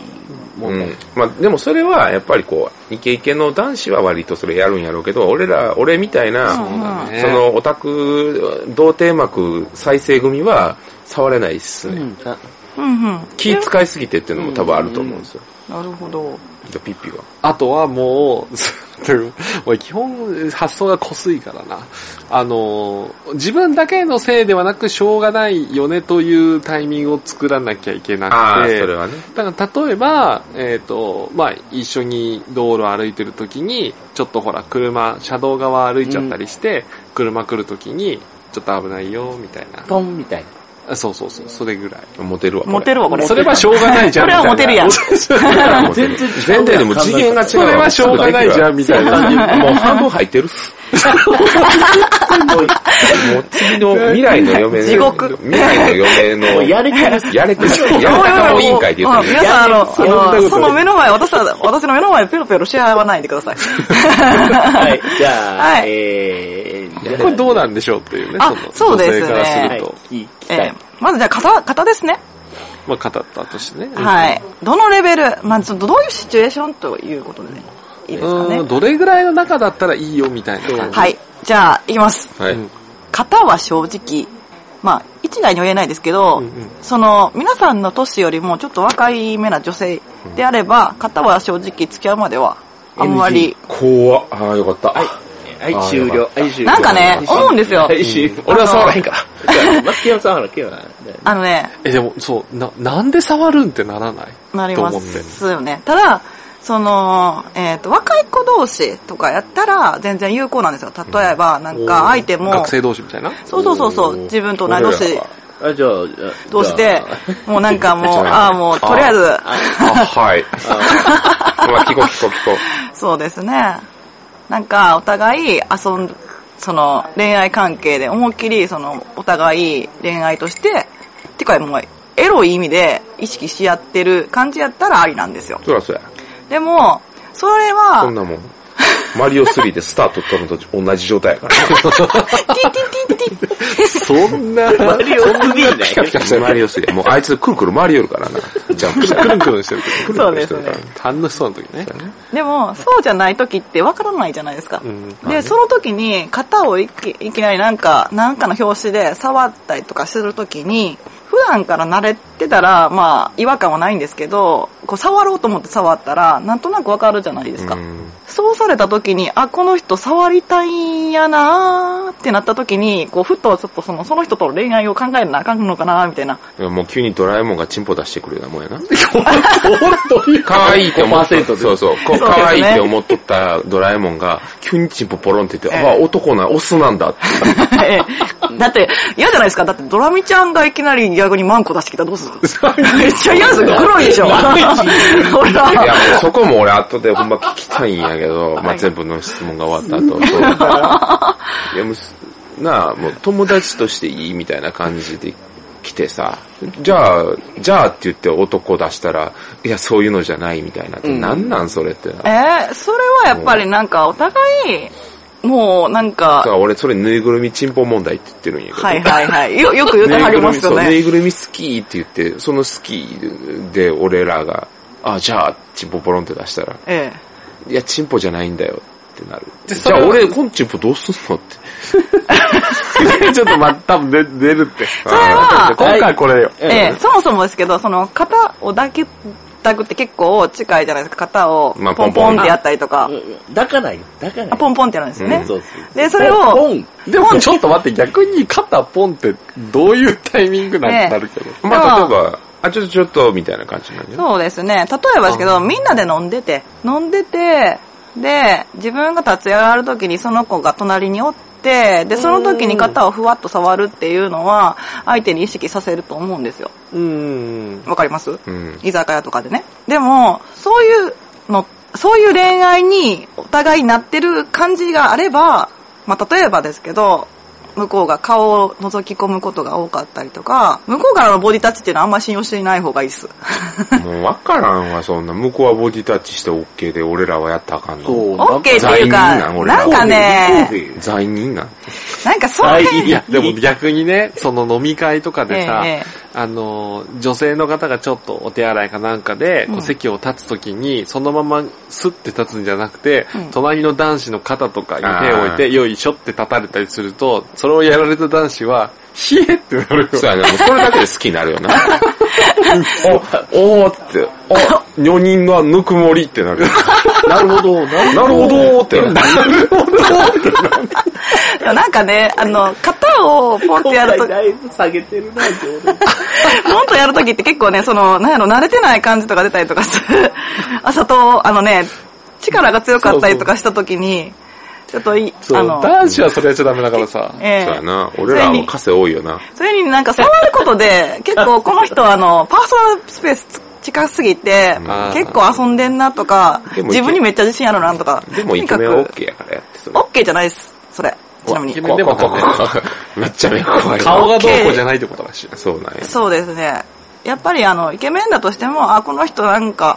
A: 問
B: う
A: 題
B: ん。。まあ、でもそれは、やっぱりこう、イケイケの男子は割とそれやるんやろうけど、俺ら、俺みたいな、
C: そうだ
D: ね
B: そのオタク、童貞幕再生組は、触れないっす
A: う
B: ね。
A: ん。だ
C: うんうん。
B: 気使いすぎてっていうのも多分あると思うんですよ。
C: なるほど。
B: じゃあピッピは。
D: あとはもう、という俺基本発想が濃すいからな。あの、自分だけのせいではなくしょうがないよねというタイミングを作らなきゃいけな
B: ああ、
D: く
B: そ
D: て。
B: れはね。
D: だから例えば、えっ、と、まあ、一緒に道路歩いてる時に、ちょっとほら、車、車道側歩いちゃったりして、車来る時に、ちょっと危ないよ、みたいな。
A: ポンみたいな。
D: あそうそうそう、それぐらい。
B: モテるわ。これ
C: モテるわ、これ。
D: それはしょうがないじゃん。
C: これはモテる
D: *laughs*
C: やん
D: みたいな
B: モテ
A: 全
B: る
A: 然違う
B: 全然でも次元が違うわ。
D: それはしょうがないじゃん、みたいな。
B: もう半分入ってるっす。もう次の未来の嫁
C: 地獄
B: 未来の嫁
A: も
B: の、
A: うやれてるし、
B: やれてる。やれた方がいいんかいって言っ
C: あ
B: てる。
C: 皆さん、あの、
D: んなこと
C: あ
D: ない
C: のその目の前、私は、私の目の前、ペロペロし合わないでください。
A: はい、じゃあ、
C: はい
A: えー、じゃあ
D: これどうなんでしょうっていうね。
C: あ
D: の
C: そうですね
D: 女性からす
A: は
D: る
A: い
D: と、、
A: 聞きたい。
C: えーまずじゃあ、型、型ですね。
D: まあ、語ったとしてね。
C: はい。どのレベル、まあ、ちょっとどういうシチュエーションということでね、いいですか
D: うん、
C: ね。
D: どれぐらいの中だったらいいよみたいな感じ。
C: はい。じゃあ、いきます。
B: はい。
D: うん
C: 型は正直、まあ、一概には言えないですけど、
D: うんうん
C: その、皆さんの年よりもちょっと若いめな女性であれば、型は正直付き合うまでは、あんまり、
B: 怖っ。ああ、よかった。
A: はい、
B: あー
A: はい、終
B: よ
A: 了
B: かっ。
A: はい、終了。
C: なんかね、思うんですよ。
A: はい、終了。
B: 俺は触らへんから。
A: マスキアさんは、ケアは。
C: あのね、
D: え、でも、そう、な、なんで触るんってならない
C: なりま
D: と思って
C: すよね。ただ、その、えっ、と、若い子同士とかやったら全然有効なんですよ。例えば、なんか相手も、
D: 学生同士みたいな。
C: そうそうそうそう、自分と同い年
A: あ、じゃあ、
C: 同士で、もうなんかもう、
B: じゃあ
C: ああー、もう、とりあえず、 *laughs*
B: あ、はい。ほら、聞こう聞こう聞こ
C: そうですね。なんか、お互い遊ん、その、恋愛関係で思いっきり、その、お互い恋愛として、てかもう、エロい意味で意識し合ってる感じやったらありなんですよ。
B: う。そらそや。
C: でも、それ
B: こん
C: は、
B: なもん。マリオ3でスタート取るのと同じ状態やから。
D: そ
C: *laughs*
D: んな、
A: マリオ3だよ
B: ピカピカしてるマリオ3。もうあいつくるくる回りよるからな。ジャンプして
D: くるんくるんしてる
B: くるくるしてるから。
D: けど。楽しそうな時ね。
C: でも、そうじゃない時ってわからないじゃないですか
D: う。ん。 *laughs*
C: で、その時に、型をいきいきなりなんか、なんかの表紙で触ったりとかする時に、普段から慣れてたら、まあ、違和感はないんですけど、こう、触ろうと思って触ったら、なんとなくわかるじゃないですか。
B: うん
C: そうされた時に、あ、この人触りたいんやなーってなった時に、こう、ふとちょっとその、その人との恋愛を考えなあかんのかなーみたいな。 *laughs*
B: いやもう急にドラえもんがチンポ出してくるようなもんやな。
A: 本当に。
B: 可愛いって思っ
A: 5%
B: と
A: で
B: そうそう。こ
C: そうですね
B: 可愛いって思っとったドラえもんが、急にチンポポロンって言って、
C: ええ
B: あ、男な、オスなんだって。
C: ええだって、嫌じゃないですか。だって、ドラミちゃんがいきなり逆にマンコ出してきたらどうするの *laughs* めっちゃ嫌ですよ。黒いでし *laughs* ょ。 *laughs* 俺
B: いや、も
C: は。
B: うそこも俺後でほんま聞きたいんやけど、まあ全部の質問が終わった後。
C: *laughs*
B: そういや、もうす、なあ、もう友達としていいみたいな感じで来てさ、じゃあ、じゃあって言って男出したら、いや、そういうのじゃないみたいな。
A: うん
B: なんなんそれってな。
C: ええそれはやっぱりなんか、お互い、もうなん
B: だか
C: か、
B: ら俺それぬいぐるみチンポ問題って言ってるんやけど。
C: はいはいはい。よ、よく言ってはりますよ
B: そうぬ
C: ね。
B: いぐるみ好きって言って、その好きで俺らが、あ、じゃあ、チンポポロンって出したら、
C: え
B: いや、チンポじゃないんだよってなる。
D: で
B: じ
D: そ
B: ゃ
D: れ
B: あ
D: は
B: 俺、このチンポどうすんのって。
D: ちょっとま、多分出出るって。
C: それは
D: 今回これよ。
C: *laughs* え。ええそもそもですけど、その、型を抱き、抱くって結構近いじゃないですか。型を
B: まあ、
C: ポン
B: ポンポン
C: ポンってやったりとか。
A: だからよ、だから
C: あ
A: よ。
C: ポンポンってやるんですよね。
A: そう
C: でそれを
A: ポン。
D: でもちょっと待って、逆に肩ポンってどういうタイミングなん
C: ねえ
D: なるけど。
B: まあ、例え
C: でも
B: ば、あ、ちょっとちょっと、みたいな感じなんだよ。
C: そうですね。例えばですけど、みんなで飲んでて、飲んでて、で、自分が立ち上がるときにその子が隣におって、で、その時に肩をふわっと触るっていうのは、相手に意識させると思うんですよ。
D: うん。
C: わかります
B: うん。
C: 居酒屋とかでね。でも、そういうの、そういう恋愛にお互いなってる感じがあれば、まあ、例えばですけど、向こうが顔を覗き込むことが多かったりとか、向こうからのボディタッチっていうのはあんま信用していない方がいいです。
B: もうわからんわ、そんな。向こうはボディタッチして OK で、俺らはやったらあかんの。
A: そう。
C: オッケーって
B: 罪
C: いう
B: 人な
C: か、
B: ん俺ら
C: なんかね、
B: 罪人なんて。
C: なんかそう
A: はい、
D: い
A: い
D: や
A: や、、
D: で
A: で
D: も
A: も、
D: 逆にね、その飲み会とかでさ、
C: ええ
D: あの、女性の方がちょっとお手洗いかなんかで、こ
C: う
D: うん席を立つときに、そのままスッて立つんじゃなくて、
C: うん
D: 隣の男子の肩とかに
B: あー
D: 手を置いて、よいしょって立たれたりすると、それをやられた男子は、ひえってなるよ。
B: そうやね、もうそれだけで好きになるよな。お、おーって、あ、女人がぬくもりってなる。
A: なるほど、なる
D: *laughs*
B: なるほどーってなる。
C: でもなんかね、あの、肩をポンってやると、
A: だいぶ下げてるな、冗談
C: *laughs* ポンとやるときって結構ね、その、なんやろ、慣れてない感じとか出たりとかする。朝と、あのね、力が強かったりとかしたときに、ちょっとい、
D: そ
C: あ
D: う、
C: の、
D: 男子はそれやっちゃダメだからさ。
C: ええ
B: そうやな。俺らは汗多いよな。
C: それになんか触ることで、結構この人あの、パーソナルスペース近すぎて
D: あー、
C: 結構遊んでんなとか、
B: でも
C: 自分にめっちゃ自信あるなとか、
B: でもイケメンは OK やからやって、それ
C: オ。ッケーじゃないです。それ。ちなみ
D: イケ
C: に。
D: メンでもダメ。
B: *laughs* めっちゃ目怖い。
D: 顔がどうこうじゃないってことらしい。
B: そうなんや。
C: そうですね。やっぱりあの、イケメンだとしても、あ、この人なんか、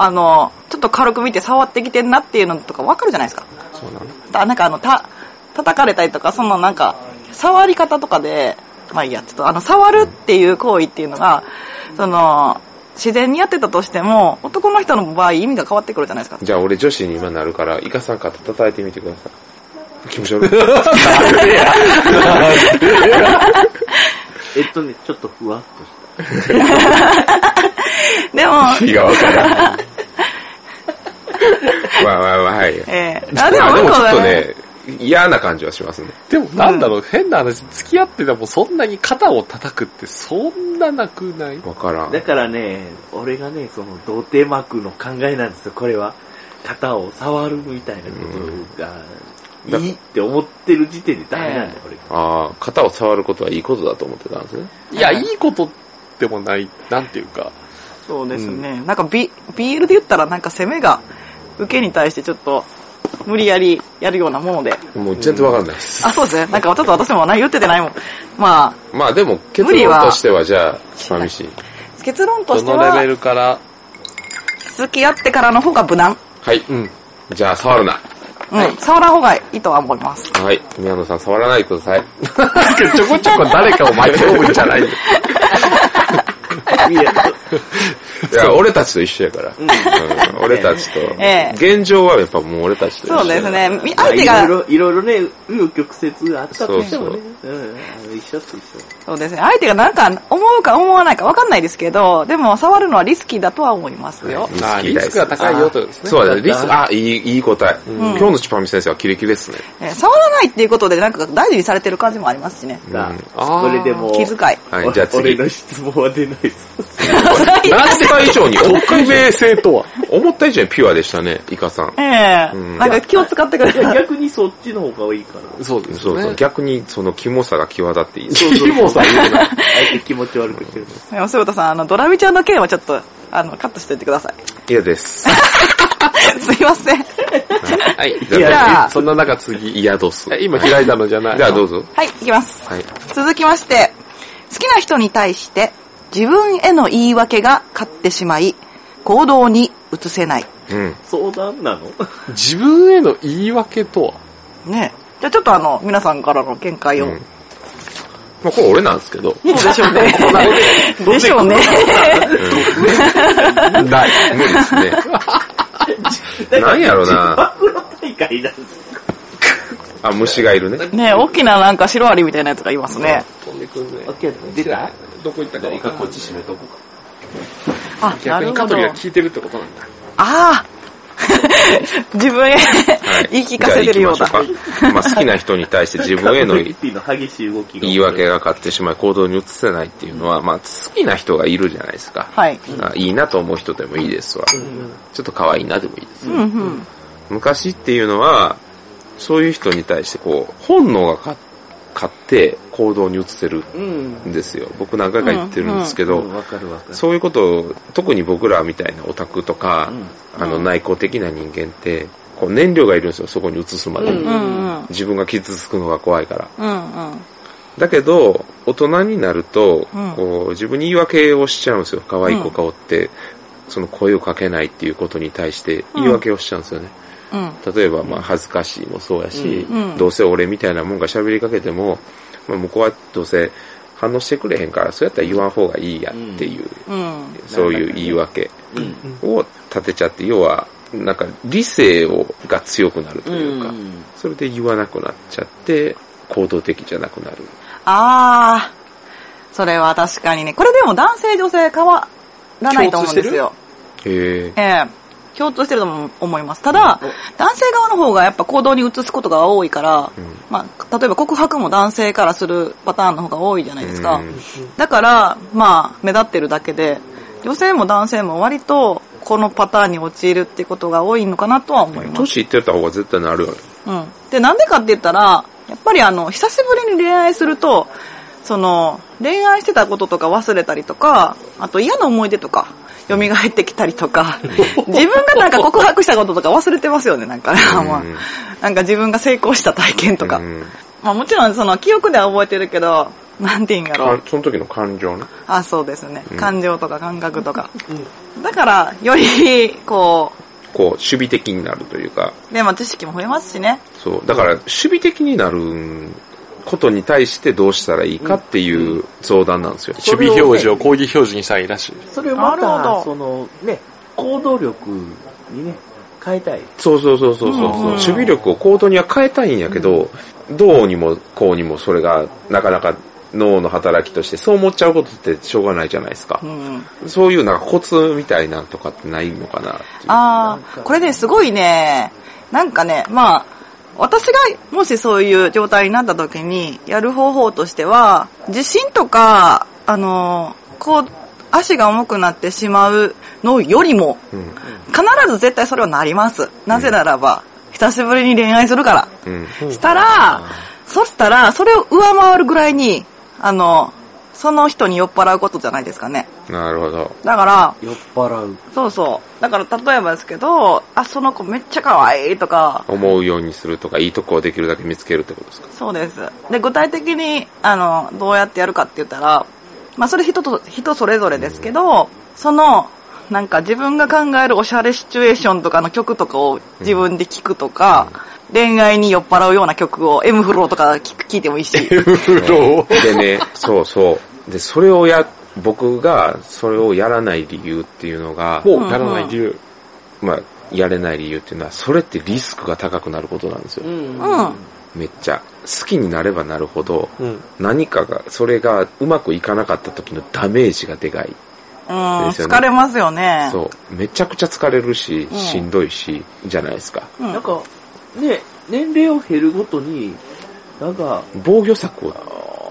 C: あの、ちょっと軽く見て触ってきてんなっていうのとかわかるじゃないですか。
D: そうなの。
C: だなんかあの、た、叩かれたりとか、そのなんか、触り方とかで、まあいいや、ちょっとあの、触るっていう行為っていうのが、その、自然にやってたとしても、男の人の場合意味が変わってくるじゃないですか。
B: じゃあ俺女子に今なるから、イカさん肩叩いてみてください。気持ち悪い。
A: えっとね、ちょっとふわっとし
B: *laughs*
C: でも、
B: 気がわからん。まあまあまあ、はい。
C: えー、あ、で
B: まあでも
C: も向
B: ち
C: こ
B: ょ
C: う
B: っ
C: が
B: と
C: ね、
B: ね、嫌な感じはしますね。
D: でもなんだろう、変な話、付き合っててもそんなに肩を叩くってそんななくない
B: わから
A: た。だ
B: ん。
A: からね、俺がね、その、童貞膜の考えなんですよ、これは。肩を触るみたいなことが、
B: うん
A: いいって思ってる時点でダメなんだよ、俺が。
B: ああ、肩を触ることはいいことだと思ってたんですね。
D: いや、いいことでもない、なんていうか。
C: そうですね。なんかビ、ビールで言ったらなんか攻めが、受けに対してちょっと、無理やりやるようなもので。
B: もう全然わかんないです。
C: あ、そうですね。なんかちょっと私も何言っててないもん。ま
B: まあでも結
C: 無理
B: 論
C: は
B: としてはじゃあ、寂しい。
C: あ、結論と
D: ど
C: して
D: のレベ
C: は、
D: ルから、
C: 付き合ってからの方が無難。
B: はい。
D: うん。
B: じゃあ触るな。
C: うん。触らん方がいいとは思います。
B: はい。宮野さん触らないでください。
D: *laughs* ちょこちょこ誰かを巻き込むんじゃないよ。
A: いや、
B: いや、俺たちと一緒やから。うん俺たちと。
C: ええ
B: 現状はやっぱもう俺たちと一緒。
C: そうです。ね。み
A: まあ
C: 相手が
A: い、ろいろ、いろいろね、紆余曲折あったとしてもね、うんあの一緒って一緒。
C: そうですね。相手がなんか思うか思わないかわかんないですけど、でも触るのはリスキーだとは思いますよ。
B: はい
D: あーリスクが高いよということですね。
B: そうだね。リス、あ、いい、いい答え。今日のチュパミ先生はキレキレですね。
C: え触らないっていうことでなんか大事にされてる感じもありますしね。
B: うん
A: さ
D: あ
A: あ、
D: ー
A: これでも、
C: 気遣い。 *laughs*
B: はい、じゃあ
A: 俺
B: 次。
A: の質問は出ないです。
B: *laughs* 何歳以上に、
D: 匿名性とは。
B: 思った以上にピュアでしたね、イカさん。
C: ええ
B: うん
C: なんか気を使ってくれ
A: いや、
C: る。
A: 逆にそっちの方がいいから。
D: そうですね。
B: そうそう。逆に、その、キモさが際立っていい。
A: キモさん言うな。相手気持ち悪くしてるの。
C: でも柴田さん、あの、ドラミちゃんの件はちょっと、あの、カットしておいて *laughs* くださ
B: 嫌です。
C: い。すいません。
B: はい。
A: い
B: じ
A: や
B: ゃ
C: じゃあ
D: そんな中次、
B: あ、嫌どす。
D: え今開いたのじゃない。
B: じゃあどうぞ。
C: はい、いきます。
B: はい。
C: 続きまして、好きな人に対して自分への言い訳が勝ってしまい、行動に移せない。
B: うん。
A: 相談なの
D: 自分への言い訳とは
C: ねじゃあちょっとあの、皆さんからの見解を。
B: うんまあ、これ俺なんですけど。
C: どうでしょうね。でしょうね。
B: ない。無理ですね。なんやろな。
A: 暴露大会なんです
B: あ、虫がいるね。
C: ね大きななんかシロアリみたいなやつがいますね。
D: 飛んでくんね
A: オッケー出た
D: どこ行ったか分かんない。
A: ち閉めとこうか。
C: あ、な
D: 逆
C: る
D: にカ
C: ほ
D: ト
C: ど
D: リ。が聞いてるってことなんだ。
C: ああ *laughs* 自分
B: は
C: へ
B: い。
C: 言い聞かせてるようだ
B: じ。ゃあ行きましょうかまあ、好きな人に対して自分
A: *laughs*
B: への
A: カトリッピーの激しい動きが。
B: 言い訳が勝ってしまい行動に移せないっていうのは、まあ、好きな人がいるじゃないですか。
C: はい。
B: あいいなと思う人でもいいですわ。ちょっと可愛いなでもいいです。
C: うんうん。
B: 昔っていうのは、そういう人に対してこう、本能が勝勝って行動に移せる
A: うん。
B: んですよ。僕何回か言ってるんですけ
A: う
B: ど、
A: ん、わかるわかる。
B: そういうことを、特に僕らみたいなオタクとか、
A: うん
B: あの内向的な人間って、こう燃料がいるんですよ、そこに移すまでに。
A: うん
C: うんうん。
B: 自分が傷つくのが怖いから。
C: うんうん。
B: だけど、大人になると、
C: うん
B: こう、自分に言い訳をしちゃうんですよ。可愛い子顔って、その声をかけないっていうことに対して言い訳をしちゃうんですよね。
C: うん。
B: 例えば、まあ、恥ずかしいもそうやし、
C: うんうん
B: どうせ俺みたいなもんが喋りかけても、まあ、向こうはどうせ反応してくれへんから、そうやったら言わん方がいいやっていう、
C: うん。
B: そういう言い訳
A: うん。
B: を立てちゃって、要は、なんか理性をが強くなると
A: う
B: い
A: ん
B: うか、それで言わなくなっちゃって、行動的じゃなくなる。
C: あー、それは確かにね。これでも男性女性変わらないと思うんですよ。
B: へえ。
C: ええ共通してるとも思います。ただ、男性側の方がやっぱ行動に移すことが多いから、
B: うん
C: まあ、例えば告白も男性からするパターンの方が多いじゃないですか
B: う。ん
C: だから、まあ、目立ってるだけで、女性も男性も割とこのパターンに陥るってことが多いのかなとは思います。
B: 年いってた方が絶対なるよね。
C: うん。で、なんでかって言ったら、やっぱりあの、久しぶりに恋愛すると、その、恋愛してたこととか忘れたりとか、あと嫌な思い出とか、蘇ってきたり
B: *laughs*
C: とか、自分がなんか告白したこととか忘れてますよね、なんかね、まあ
B: うん
C: なんか自分が成功した体験とか。
B: うん
C: まあもちろんその記憶では覚えてるけど、なんて言うんやろ
B: かその時の感情ね。
C: あ、そうですね
B: うん。
C: 感情とか感覚とか。だから、より、こ
B: こう、守備的になるというか、
C: う、で、まあ知識も増えますしね。
B: そう。だから、守備的になることに対してどうしたらいいかっていう相談なんですよ。
D: 守備表示を攻撃表示にしたらいいらしい。
A: それをま
C: なるほ
A: た、
C: ど
A: その、ね、行動力にね、変えたい。
B: そうそうそうそうそうそう、
C: うんうん
B: 守備力を行動には変えたいんやけど、どうにもこうにもそれがなかなか脳の働きとしてそう思っちゃうことってしょうがないじゃないですか
C: う。ん。
B: そういうなんかコツみたいなんとかってないのかなっていう。
C: ああ、これね、すごいね、なんかね、まあ、私がもしそういう状態になった時にやる方法としては、地震とか、あの、こう、足が重くなってしまうのよりも、
B: うん。
C: 必ず絶対それはなります。なぜならば、久しぶりに恋愛するから。
B: うん。
C: したら、そしたら、それを上回るぐらいに、あの、その人に酔っ払うことじゃないですかね。
B: なるほど。
C: だから、
A: 酔っ払う。
C: そうそう。だから、例えばですけど、あ、その子めっちゃ可愛いとか、
B: 思うようにするとか、いいとこをできるだけ見つけるってことですか。
C: そうです。で、具体的に、あの、どうやってやるかって言ったら、まあ、それ人と、人それぞれですけど、その、なんか自分が考えるおしゃれシチュエーションとかの曲とかを自分で聴くとか、恋愛に酔っ払うような曲を M フローとか聴く、聴いても
D: *laughs*
C: いいし。
B: でね、そうそう。で、それをや、僕がそれをやらない理由っていうのが、
D: もうやらない理由。
B: まあ、やれない理由っていうのは、それってリスクが高くなることなんですよ。
A: ん
C: うん。
B: めっちゃ。好きになればなるほど、
D: うん。
B: 何かが、それがうまくいかなかった時のダメージがでかい。
C: うん、
B: ですよね
C: 疲れますよね。
B: そう。めちゃくちゃ疲れるし、
C: うん
B: しんどいし、じゃないですか。
C: うん。
A: なんか、ね、年齢を減るごとに、なんか、
B: 防御策を。
C: *laughs*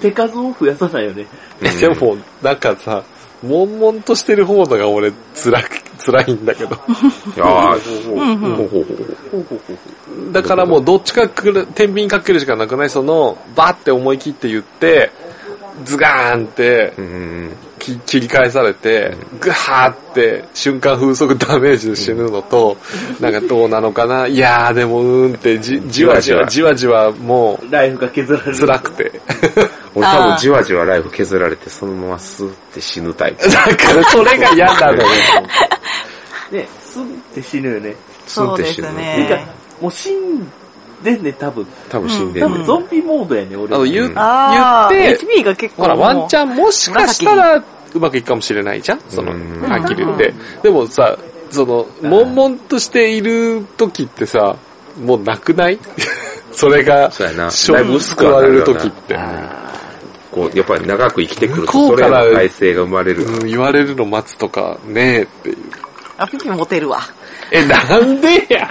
A: 手数を増やさないよね。
D: えでも、なんかさ、悶々としてる方のが俺、辛く、辛いんだけど。
B: うん、ああ、
C: うんうん
B: ほうほう
A: ほ
B: ほう
A: うほうほうほ
D: だからもうどっちかくる、天秤かけるしかなくないその、バーって思い切って言って、ズガーンって
B: う、んうん
D: き切り返されて、ぐはーって瞬間風速ダメージで死ぬのと、なんかどうなのかな、いやーでもうーんってじ、じわじわ、じわじわも
A: うライフが削られ
D: う
A: る。
D: 辛くて。
B: 俺多
C: あ
B: 分
C: ー
B: じわじわライフ削られて、そのままスーって死ぬタイプ。
D: だからそれが嫌なのよ。
A: ね、すぐって死ぬよね。
B: スーって死ぬ。
C: そうです
A: て
C: ね
A: か、もう死んでんね、多分。
B: 多分死んで
A: 多
B: んね
A: 分ゾンビモードやね、俺。
D: あの、言う、
B: ん
C: あー
D: 言って、
C: HP が結構。
D: ほら、ワンチ
C: ン。
D: ャンもしかしたら、うまくいくかもしれないじゃんその、
B: うん
D: はっきり言って。でもさ、その、悶々としている時ってさ、もうなくない *laughs* それが、
B: そうやな。だ
D: 勝
B: いぶ
D: 負
B: 薄
D: 救
B: くは
D: わ
B: な
D: れ
B: る
D: る
B: よな
D: 時って、
B: こう、やっぱり長く生きてくると、
D: 向こ
B: そう
D: か
B: れ
D: ら
B: の体制が生まれる。
D: うん、言われるの待つとか、ねえっていう。
C: あ、ピピモテるわ。
D: え、なんでや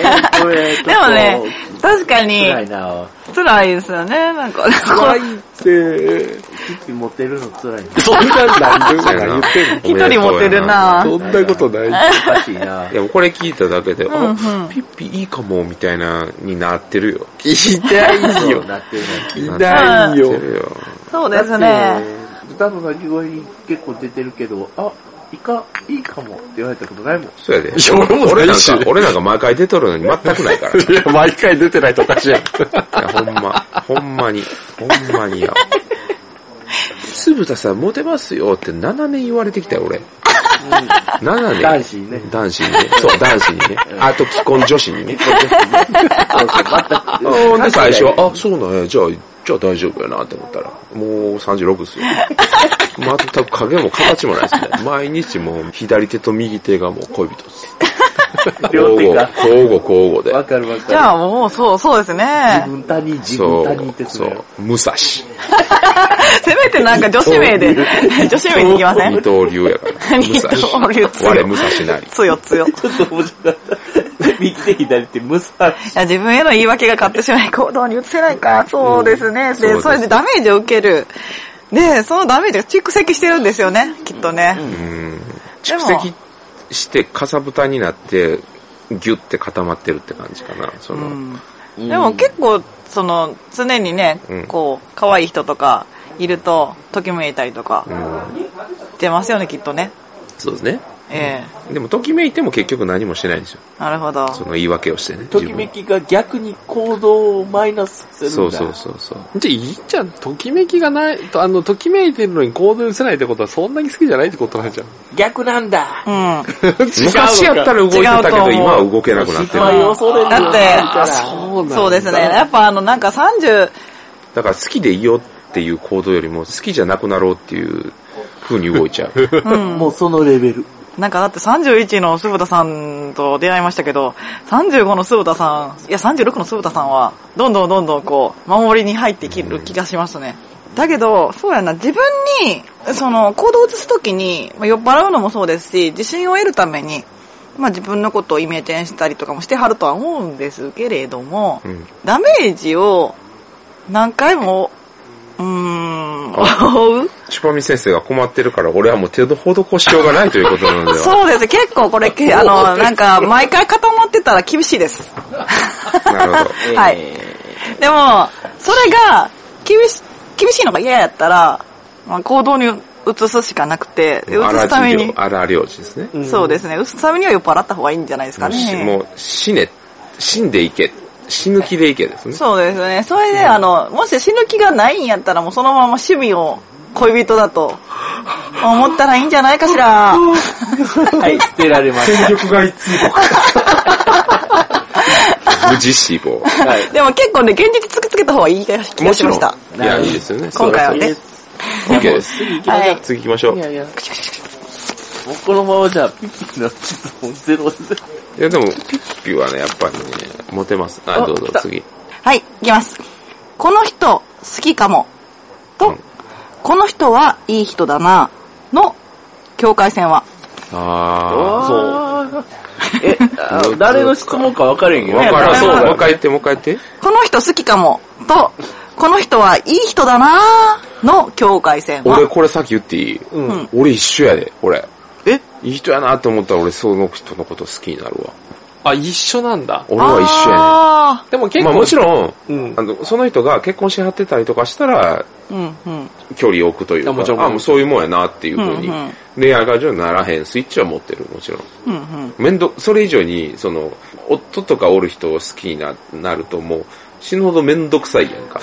A: えーこれ、ちょっと
C: でもね、確かに、
A: 辛いな
C: 辛いですよね。なんか、
D: 怖いって。
A: ピッピ持てるの辛いな
D: そんなんなん
B: そうや
D: 言ってんの
C: 一人モテるな
D: そんなことない。
A: おかしいな
B: でもこれ聞いただけで、
C: んうん
B: あ、ピッピいいかも、みたいな、になってるよ。
D: 痛い
A: そう
D: よ。
A: なってる
D: 痛い
B: な
D: よ
B: っ。てるよ。
C: そう
A: な。
C: ですね。
A: だって。豚の鳴き声に結構出てるけど、あ、イカ、いいかもって言われたことないもん。
B: そうやで。
D: いや俺も
B: 俺
D: な
B: ないん
D: し
B: か、俺なんか毎回出とるのに全くないから。い
D: いや、毎回出てないとおかしいやん。
B: や、ほんま、ほんまに、ほんまにや。つぶたさん、モテますよって7年言われてきたよ、俺。7年。
A: 男子にね。
B: 男子にね。そう、男子にね。あと、既婚女子にね。
A: そうそう、また。
B: うんで、最初は、あ、そうなんや、じゃあ、じゃあ大丈夫やなって思ったら、もう36ですよ。全く影も形もないですね。毎日もう左手と右手がもう恋人です。
A: 両手が。
B: 交互、交互、交互
A: わ
B: で。
A: かるわかる。
C: じゃあもう、そう、そうです
A: 自
C: ね。
A: 分他人、自分
B: そ
A: 他人って
B: う、
A: す
B: そ
A: るよ
B: う。、武蔵。
C: せめてなんか女子名で、女 *laughs* 子名でいきませ
B: 二
C: ん
B: 刀流やから。武
C: 二刀流
B: 蔵。我武蔵なり。
C: 強強。い
A: ちょっと面白かった。右手左手、無差し。
C: や自分への言い訳が勝ってしまい行動に移せないか。そうですね。
B: そうです
C: で、それでダメージを受ける。で、そのダメージが蓄積してるんですよね、きっとね。
B: うん。
C: で
B: 蓄
C: も
B: 積して、かさぶたになって、ギュって固まってるって感じかな。そうの、
C: んでも結構、その、常にね
B: うん、
C: こう、可愛い人とかいると、ときめいたりとか、
B: うん
C: 出ますよね、きっとね。
B: そうですね。
C: え
B: でも、ときめいても結局何もしてないんですよ。
C: えなるほど。
B: その言い訳をしてね。
A: ときめきが逆に行動をマイナスする
B: 自
A: ん
B: 分
A: だ。
B: そうそうそうそう。
D: じゃあ、いいじゃん。ときめきがない、とあの、ときめいてるのに行動に移せないってことはそんなに好きじゃないってことなんじゃん。
A: 逆なんだ
C: うん。
B: 昔やったら動いてたけ
C: 違うと
B: ど、
C: 思う
B: 今は動けなくなって
A: 失
B: る。
A: 敗を恐れるようになるから
C: だって
D: そうなんだ。
C: そうですね。やっぱあの、なんか30、
D: *laughs*
B: だから好きでいようっていう行動よりも好きじゃなくなろうっていう風に動いちゃう。
C: うん。
A: もうそのレベル。
C: なんかだって31の鈴田さんと出会いましたけど、35の鈴田さん、いや36の鈴田さんは、どんどんどんどんこう、守りに入ってきる気がしますね。だけど、そうやな、自分に、その、行動を移すときに、まあ酔っ払うのもそうですし、自信を得るために、まあ自分のことをイメチェンしたりとかもしてはるとは思うんですけれども、
B: うん
C: ダメージを何回も、うーん、 *laughs* 負う
B: チュパミ先生が困ってるから、俺はもう手の施しようがないということなのでは。
C: *laughs* そうです。結構これ、けあの、なんか、毎回固まってたら厳しいです。
B: なるほど。
C: はいでも、それが、厳し、厳しいのが嫌やったら、まあ、行動に移すしかなくて、移すために、
B: 荒領事ですね。
D: うん
C: そうですね、移すためには酔っ払った方がいいんじゃないですか
B: もうし
C: ね。
B: もう死ね、死んでいけ、死ぬ気でいけですね。
C: そうですね。それで、あの、もし死ぬ気がないんやったら、もうそのまま趣味を恋人
B: *laughs*
C: だと思ったらいいんじゃないかしら。
A: はい、捨てられまし
B: 戦力外通
C: *laughs*
B: 告。無事死亡。
A: た。はい。
C: でも結構ね、現実突きつけた方がいい気がし
B: も
C: ま
B: ちろん
C: した。。
B: いや、いいですよね。
C: 今回は
B: それ
C: ね。
B: それ OK です。
C: はい。
B: 次行きましょう。
A: い
B: い
A: やいや。もうこのままじゃ、ピッピになっちゃったもうゼロゼロ。
B: や、でも、ピッピはね、やっぱりね、モテます。はい、
A: あ
B: どうぞ
A: 来た、
B: 次。
C: はい、いきます。この人、好きかも。と、
B: うん
C: この人はいい人だな、の境界線は。
B: あ
A: そ
B: ー。
A: う。え、あ誰の質問か分かれんよ。
B: わ
C: 分
B: からん。
C: そう
B: も
C: だ
B: う
C: ね
B: 一回言って、もう一回言って。
C: この人好きかも。と、この人はいい人だな、の境界線は。
B: 俺、これさっき言っていい
D: うん。
B: 俺一緒やで、俺。
D: え
B: いい人やなと思ったら俺その人のこと好きになるわ。
D: あ、一緒なんだ。
B: 俺は一緒や
C: あ
D: でも
B: ね
D: 結
B: ま
D: 構、
B: あもちろん、
D: うん
B: あの、その人が結婚しはってたりとかしたら、
C: ーうんうん。
B: 距離を置くというか、
D: あもちろん
B: あ、もうそういうもんやなっていうふうに、
C: うんうん
B: 恋愛感情にならへんスイッチは持ってる、もちろん。
C: うんうん。
B: 面倒、それ以上に、その、夫とかおる人を好きにななるともう、死ぬほどめんどくさいやんか。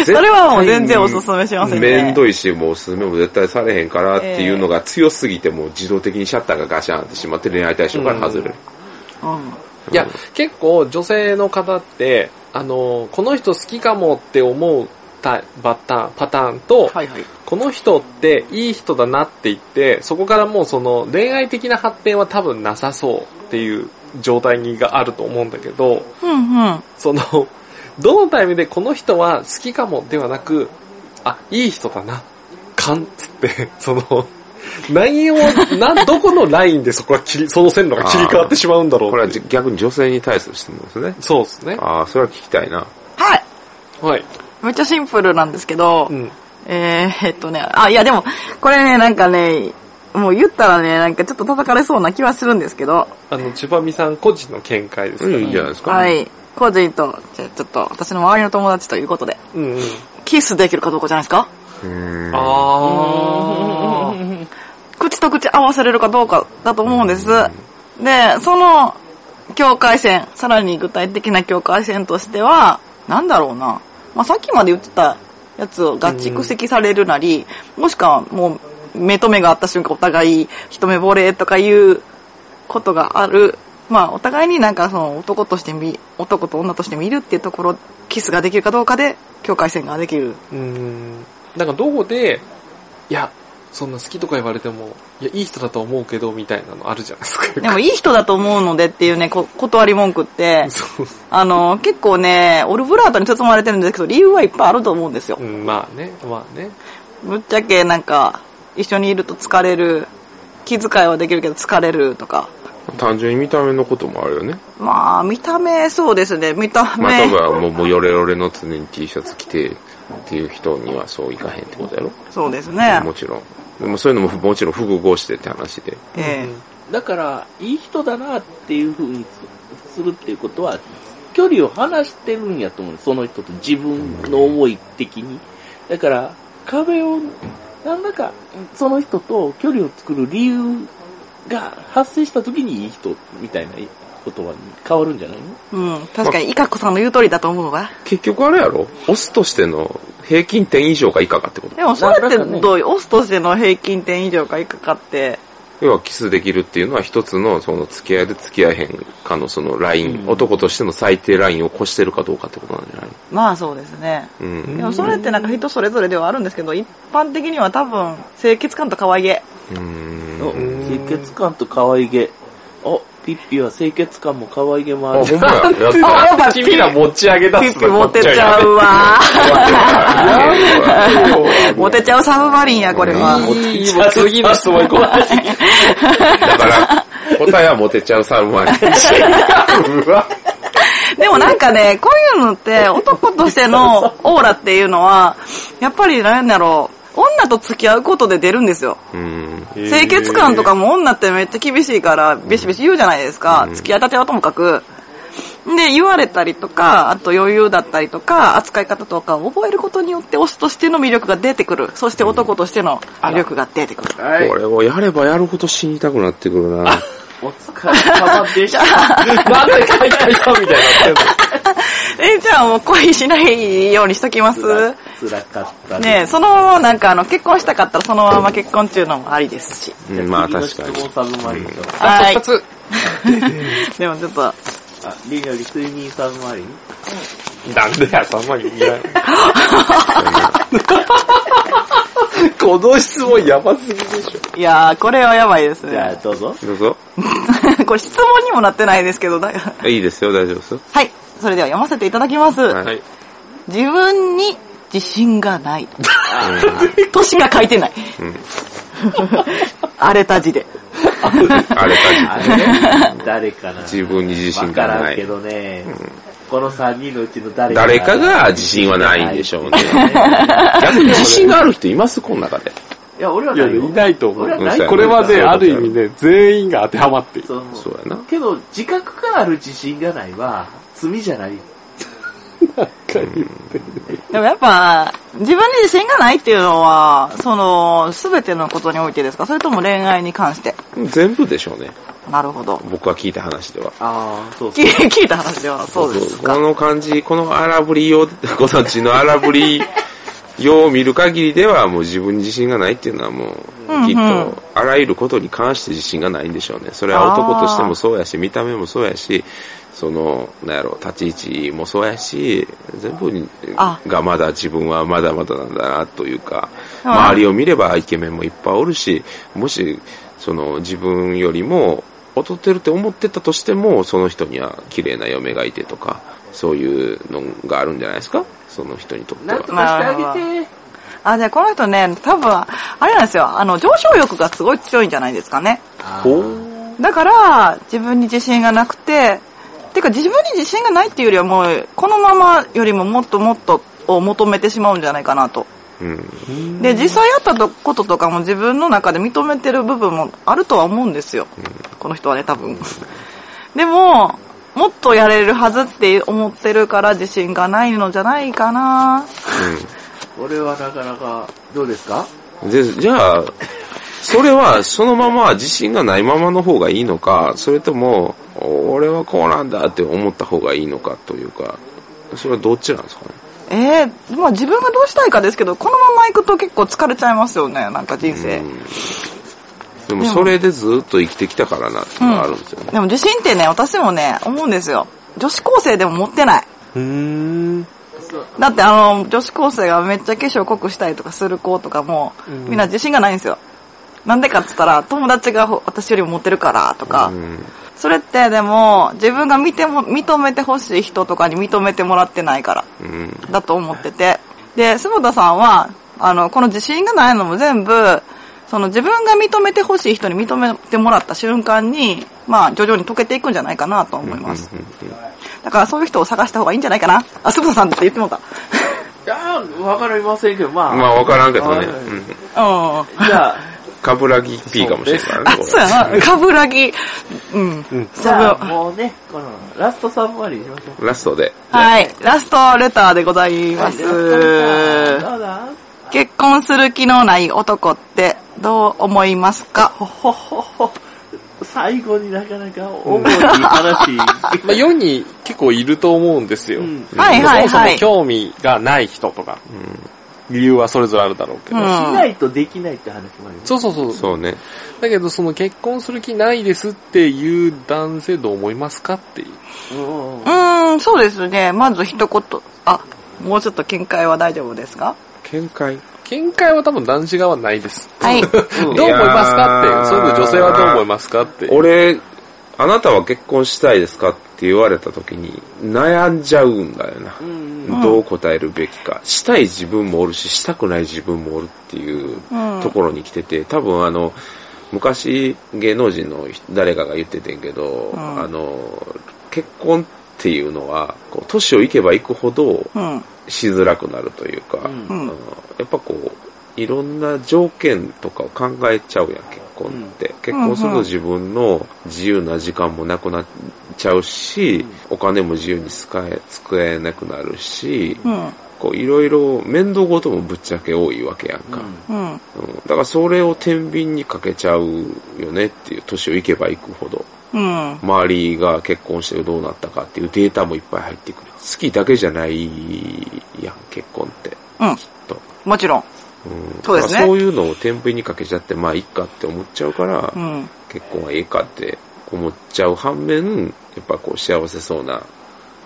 B: そ
C: それはもう全然おすすめしませんね
B: めんどいし、もうおすすめも絶対されへんからっていうのが強すぎて、もう自動的にシャッターがガシャンってしまって恋愛対象から外れる。
C: うん
D: いや、結構女性の方って、あの、この人好きかもって思うタイパターン、パターンと、
C: はいはい。
D: この人っていい人だなって言って、そこからもうその恋愛的な発展は多分なさそうっていう状態にがあると思うんだけど、
C: うんうん。
D: その、どのタイミングでこの人は好きかもではなく、あ、いい人だな、かんっつって、その、何を、な、どこのラインでそこは切り、その線路が切り替わってしまうんだろう
B: これは
D: っていう。
B: じ逆に女性に対する質問ですね。
D: そうですね。
B: ああ、それは聞きたいな。
C: はい。
D: はい。
C: めっちゃシンプルなんですけど、
D: うん。
C: えー、えっとね、あ、いやでも、これね、なんかね、もう言ったらね、なんかちょっと叩かれそうな気はするんですけど、
D: あの、ちばみさん個人の見解です
B: う
D: か
B: ん
D: ら、
B: いいんじゃないですか。
C: はい。個人と、じゃあちょっと、私の周りの友達ということで、
D: うんうん。
C: キスできるかどうかじゃないですか
B: うーん。
D: あー。
C: 口と口合わせれるかどうかだと思うんです。で、その、境界線、さらに具体的な境界線としては、なんだろうな。まあ、さっきまで言ってたやつが蓄積されるなり、もしくはもう、目と目があった瞬間お互い、一目惚れとかいうことがある。まあ、お互いになんかその男として見、男と女として見るっていうところ、キスができるかどうかで、境界線ができる。
D: うーん。なんかどこで、いや、そんな好きとか言われても、いや、いい人だと思うけど、みたいなのあるじゃないですか。
C: でもいい人だと思うのでっていうね、こ断り文句って、
D: そう。
C: あの、結構ね、オルブラートに包まれてるんですけど、理由はいっぱいあると思うんですよ
D: う。ん、まあね、まあね。
C: ぶっちゃけなんか、一緒にいると疲れる、気遣いはできるけど疲れるとか。
B: 単純に見た目のこともあるよね。
C: まあ、見た目、そうですね、見た
B: まあ、例
C: 目
B: え。ばもう、もうヨレヨレの常に T シャツ着てっていう人にはそういかへんってことやろ。
C: そうですね。
B: もちろん。でもそういうのももちろん複合してって話で。
C: え
A: だから、いい人だなっていう風にするっていうことは、距離を離してるんやと思う。その人と自分の思い的に。だから、壁をなんだか、その人と距離を作る理由が発生した時にいい人みたいな言葉に変わるんじゃないの
C: うん。確かに、いかこさんの言う通りだと思うわ。
B: 結局あれやろオスとしての平均点以上か以下かってこと
C: でも、それっ
A: なんかね
C: てどういう、オスとしての平均点以上か以下かって、
B: 要はキスできるっていうのは一つのその付き合いで付き合えへんかのそのライン、
A: うん
B: 男としての最低ラインを越してるかどうかってことなんじゃない
C: まあそうですね。
B: うん。
C: でもそれってなんか人それぞれではあるんですけど、一般的には多分、清潔感と可愛げ。
A: お
B: うん。
A: 清潔感と可愛げ。お、ピッピは清潔感も可愛げもあ
B: あ、ほん
A: る。
B: まや。やった
C: あやっぱピ
D: 君ら持ち上げ出
C: ピ
D: す
C: ッピモテちゃうわ。 *laughs* モテちゃうサブマリンや、これは。
D: いい、もう次の質問行こう。
B: だから、答えはモテちゃうサルマリン。うわ。
C: でもなんかね、こういうのって男としてのオーラっていうのは、やっぱりなんだろう、女と付き合うことで出るんですよ。
B: うん。
C: 清潔感とかも女ってめっちゃ厳しいから、ビシビシ言うじゃないですか。付き合いたてはともかく。で、言われたりとか、あと余裕だったりとか、扱い方とかを覚えることによって、オスとしての魅力が出てくる。そして男としての魅力が出てくる。
A: は
B: これをやればやるほど死にたくなってくるな。
A: お疲れ様でした。
D: *laughs* なんで海外さんみたいになって
C: え、じゃあもう恋しないようにしときます。
A: 辛かった
C: ねえ、そのままなんかあの、結婚したかったらそのまま結婚っていうのもありですし。
B: うん、まあ確かに。
A: 質問さんの前でしょ。
C: は
D: 二
C: い。
D: つ。
C: でもちょっと、
A: あ、リーより睡眠さんの前に
D: なんでや、たまに見ない。この質問やばすぎでしょ。
C: いやー、これはやばいです
A: じゃ
C: ね
A: あ。どうぞ。 *laughs*
B: どうぞ。
C: *laughs* これ質問にもなってないですけど、だはい
B: いですよ、大丈夫ですよ。。
C: それでは読ませていただきます。
B: は
D: はい。
C: 自分に自信がない。 *laughs* としか書いてない。
B: うん。
C: *laughs* 荒れた字で。
B: あれ
A: あ
B: か、
A: れね、誰かな。
B: 自分に自信が
A: わか
B: な
A: らんけ
B: い。
A: どね、この3人のうちの誰
B: 誰かが自信はないんで
A: *laughs*
B: しょうね。逆に自信がある人いますこの中で。
A: いや、俺はい
D: や、
A: ない
D: い
A: よ。
D: ないと思
A: 俺は
D: う。
A: ないよ
D: これは
B: そ
D: ね、
B: う
D: ある意味ね、全員が当てはまっている。
A: その
B: そうやな。
A: けど、自覚がある自信がないは、罪じゃない。
C: でもやっぱ、自分に自信がないっていうのは、その、すべてのことにおいてですかそれとも恋愛に関して。
B: 全部でしょうね。
C: なるほど。
B: 僕は聞いた話では。
A: ああ、そう
C: 聞 *laughs* 聞いた話ではそうです
B: こ
C: か。
B: の感じ、この荒ぶりを、ご存知の荒ぶりよう見る限りでは、もう自分に自信がないっていうのはもう、
C: うん
B: きっと、あらゆることに関して自信がないんでしょうね。それは男としてもそうやし、見た目もそうやし、その、なんやろ、立ち位置もそうやし、全部に
C: あ
B: がまだ自分はまだまだなんだなというか、
C: うん
B: 周りを見ればイケメンもいっぱいおるし、もし、その自分よりも劣ってるって思ってたとしても、その人には綺麗な嫁がいてとか、そういうのがあるんじゃないですかその人にとって
A: なんと
B: は。
A: かしてあげて。
C: あ、じゃあこの人ね、多分、あれなんですよ。あの、上昇欲がすごい強いんじゃないですかね。
A: あー
B: ほう。
C: だから、自分に自信がなくて、てか自分に自信がないっていうよりはもう、このままよりももっともっとを求めてしまうんじゃないかなと。
B: うん。
C: で、実際あったとこととかも自分の中で認めてる部分もあるとは思うんですよ。この人はね、多分。でも、もっとやれるはずって思ってるから自信がないのじゃないかな
A: 俺はなかなか、どうですか
B: うん。で、じゃあ、それはそのまま自信がないままの方がいいのか、それとも、俺はこうなんだって思った方がいいのかというか、それはどっちなんですかね。
C: ええまあ自分がどうしたいかですけど、このまま行くと結構疲れちゃいますよね、なんか人生。
B: うんでもそれでずっと生きてきたからなっていうのがあるんですよね。
C: でも自信ってね、私もね、思うんですよ。女子高生でも持ってない。
D: うん。
C: だってあの、女子高生がめっちゃ化粧濃くしたりとかする子とかも、みんな自信がないんですよ。なんでかって言ったら、友達がほ私よりも持ってるからと
B: う
C: か、
B: ん
C: それってでも、自分が見ても、認めてほしい人とかに認めてもらってないから、
B: うん
C: だと思ってて。で、須田さんは、あの、この自信がないのも全部、その自分が認めてほしい人に認めてもらった瞬間に、まあ、徐々に溶けていくんじゃないかなと思います。
B: うんうん
C: だからそういう人を探した方がいいんじゃないかな。あ、須田さんって言ってもうた。
A: いやー、わかりませんけど、まあ。
B: まあわからんけどね。
A: はい
B: うん
C: うん。
A: じゃあ、
B: カブラギ P かもしれんからね。
C: あ、
B: これ
C: そうやな。かぶらぎ。うん。
A: じゃあ、もうね、この、ラスト3割にしましょう。
B: ラストで。
C: はい。ラストレターでございます。
A: どうだ
C: 結婚する気のない男ってどう思いますかほほほほ。
A: 最後になかなか重い話。
D: まあ、世に結構いると思うんですよ。
A: うん
C: はいはい
D: そもそ
C: は
D: も
C: い。
D: 興味がない人とか、理由はそれぞれあるだろうけど。
C: うん
A: しないとできないって話もあるよね
D: そうそうそう。
B: そうね。
D: だけど、その結婚する気ないですっていう男性どう思いますかっていう。
A: うん
C: うーん、そうですね。まず一言。あ、もうちょっと見解は大丈夫ですか
B: 見解。
D: 見解は多分男子側はないです。
C: はい。
D: どう思いますかって
B: いや
D: いう。
B: ー
D: そういうの女性はどう思いますかっていう。
B: 俺、あなたは結婚したいですかって言われた時に悩んじゃうんだよな。
A: うん
B: どう答えるべきか。したい自分もおるし、したくない自分もおるっていう
C: うん
B: ところに来てて、多分あの、昔芸能人の誰かが言っててんけど、
C: うん
B: あの、結婚っていうのは、こう年をいけばいくほど
C: うん。
B: しづらくなるというか、
A: うん
C: う
B: あの
C: ん。
B: やっぱこう、いろんな条件とかを考えちゃうやん、結婚って。結婚すると自分の自由な時間もなくなっちゃうし、お金も自由に使え、使えなくなるし、
C: うん。
B: こういろいろ面倒事もぶっちゃけ多いわけやんか。
C: う
B: う
C: ん。
B: んだからそれを天秤にかけちゃうよねっていう、年をいけばいくほど。
C: うん。
B: 周りが結婚してどうなったかっていうデータもいっぱい入ってくる。好きだけじゃないやん、結婚って。
C: うん
B: きっと。
C: もちろん。
B: うん
C: そうですね
B: だからそういうのを天秤にかけちゃって、まあ、いっかって思っちゃうから、
C: うん。
B: 結婚はええかって思っちゃう反面、やっぱこう幸せそうな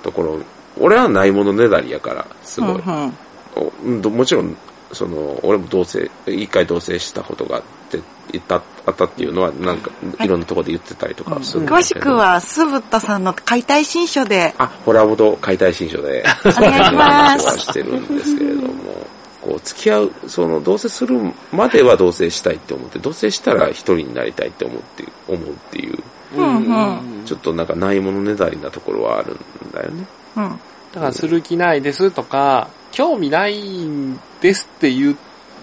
B: ところ、俺はないものねだりやから、すごい。
C: うんうん
B: おうんどもちろん、その、俺も同棲、一回同棲したことがあって、いた、あったっていうのは、なんか、いろんなところで言ってたりとかするんだけど
C: 詳しく。は、すぶったさんの解体新書で、
B: あ、ホラボド解体新書で、
C: お願いしま
B: 話は
C: す。
B: してるんですけれども、こう、付き合う、その、同棲するまでは同棲したいって思って、同棲したら一人になりたいって思って、思うっていう、
C: うんうん
B: ちょっとなんかないものねだりなところはあるんだよね。
C: うん。
D: だからする気ないですとか、興味ないんですって言っ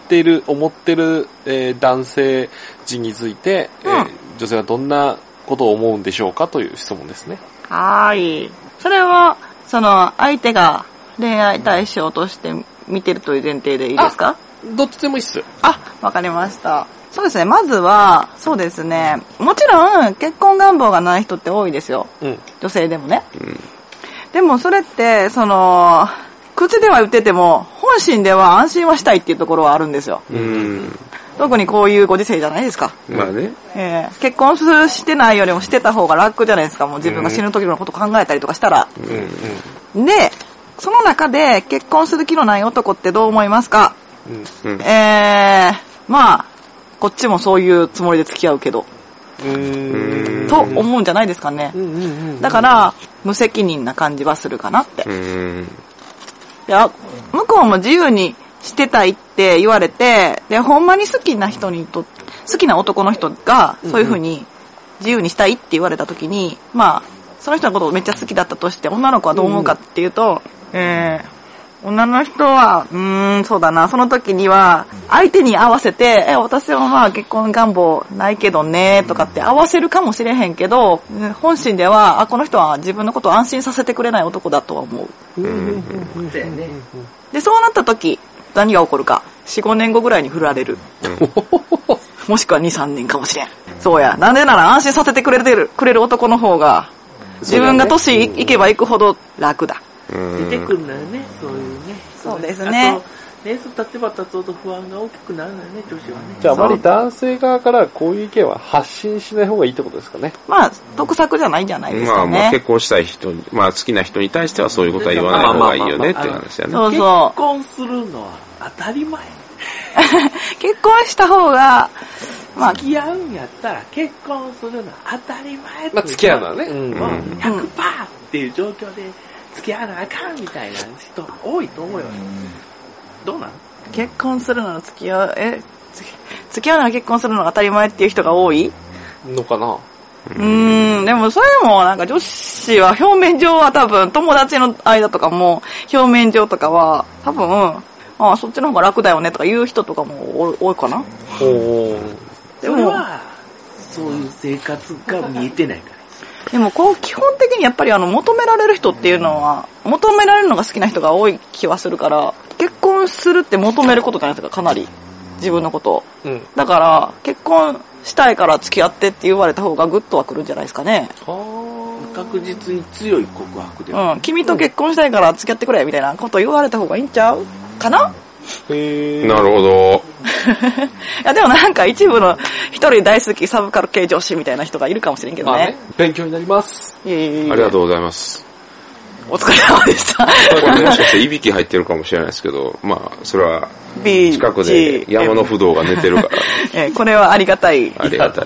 D: てる、思ってる、えー男性人について、えー女性はどんなことを思うんでしょうかという質問ですね。
C: はーい。それは、その、相手が恋愛対象として見てるという前提でいいですか
D: どっちでもいいっす。
C: あ、わかりました。そうですね、まずは、そうですね、もちろん結婚願望がない人って多いですよ。
D: うん。
C: 女性でもね。
B: うん。
C: でもそれって、その、口では言ってても、本心では安心はしたいっていうところはあるんですよ。
B: うん。
C: 特にこういうご時世じゃないですか。
B: まあね。
C: えー結婚するしてないよりもしてた方が楽じゃないですか。もう自分が死ぬ時のこと考えたりとかしたら。
D: うん、うん。
C: で、その中で結婚する気のない男ってどう思いますか
D: うん。
B: うん。
C: えー、まあ、こっちもそういうつもりで付き合うけど、
D: う
C: と思うんじゃないですかね
D: う。んうんうん。
C: だから、無責任な感じはするかなって。
B: うん。
C: であ向こうも自由にしてたいって言われて、で、ほんまに好きな人にと、好きな男の人が、そういう風に自由にしたいって言われた時に、まあ、その人のことをめっちゃ好きだったとして、女の子はどう思うかっていうと、えー、女の人は、うーん、そうだな、その時には、相手に合わせて、え、私はまあ結婚願望ないけどね、とかって合わせるかもしれへんけど、うん本心では、あ、この人は自分のことを安心させてくれない男だとは思う。
D: うんうんうんうん
A: そうやね
C: で、そうなった時、何が起こるか。4、5年後ぐらいに振られる。もしくは2、3年かもしれん。そうや。なんでなら安心させてくれてる、くれる男の方が、自分が年いけばいくほど楽だ。
B: うん。
A: 出てくるんだよね、そういうね。
C: そうですね
A: あと。年数経てば経つほど不安が大きくなるんだよね、女子はね。
D: じゃあ、あまり男性側からこういう意見は発信しない方がいいってことですかね。
C: まあ、得策じゃないんじゃないです
B: まあ
C: か
B: まあ
C: ね
B: 結。婚したい人に、まあ好きな人に対してはそういうことは言わない方がいいよねっていう話やね。
C: そうそ
A: 結婚するのは当たり前。
C: う。結婚した方が、まあ
A: 付、き合うんやったら結婚するのは当たり前
D: まあ、付き合うのはね。うん
A: もう
B: うん
A: 100%っていう状況で付き合わなあかんみたいな人多いと思うよね。どうなの
C: 結婚するなら付き合う、え、付き付き合うなら結婚するのが当たり前っていう人が多い
D: のかな。
C: うーん、でもそれもなんか女子は表面上は多分友達の間とかも表面上とかは多分、ああ、そっちの方が楽だよねとか言う人とかも多い多いかな。
D: おー。
A: それは、そういう生活が見えてないから。
C: でもこう基本的にやっぱりあの求められる人っていうのは求められるのが好きな人が多い気はするから結婚婚するって求めることじゃないですか、かなり。自分のことを。
D: うん。
C: だから、結婚したいから付き合ってって言われた方がグッとは来るんじゃないですかね。
A: 確実に強い告白で
C: うん。君と結婚したいから付き合ってくれ、みたいなこと言われた方がいいんちゃうかな
D: へ
B: なるほど。
C: いや、でもなんか一部の一人大好きサブカル系女子みたいな人がいるかもしれんけど
D: まあね
C: ね。、
D: 勉強になります。
C: いえいえいえ
B: ありがとうございます。
C: お疲れ様
B: *laughs*
C: でした。
B: これもしかしていびき入ってるかもしれないですけど、まあ、それは
C: B
B: 近くで
C: G
B: 山の不動が寝てるから、
C: えーこれはありがたい。
B: ありがたい。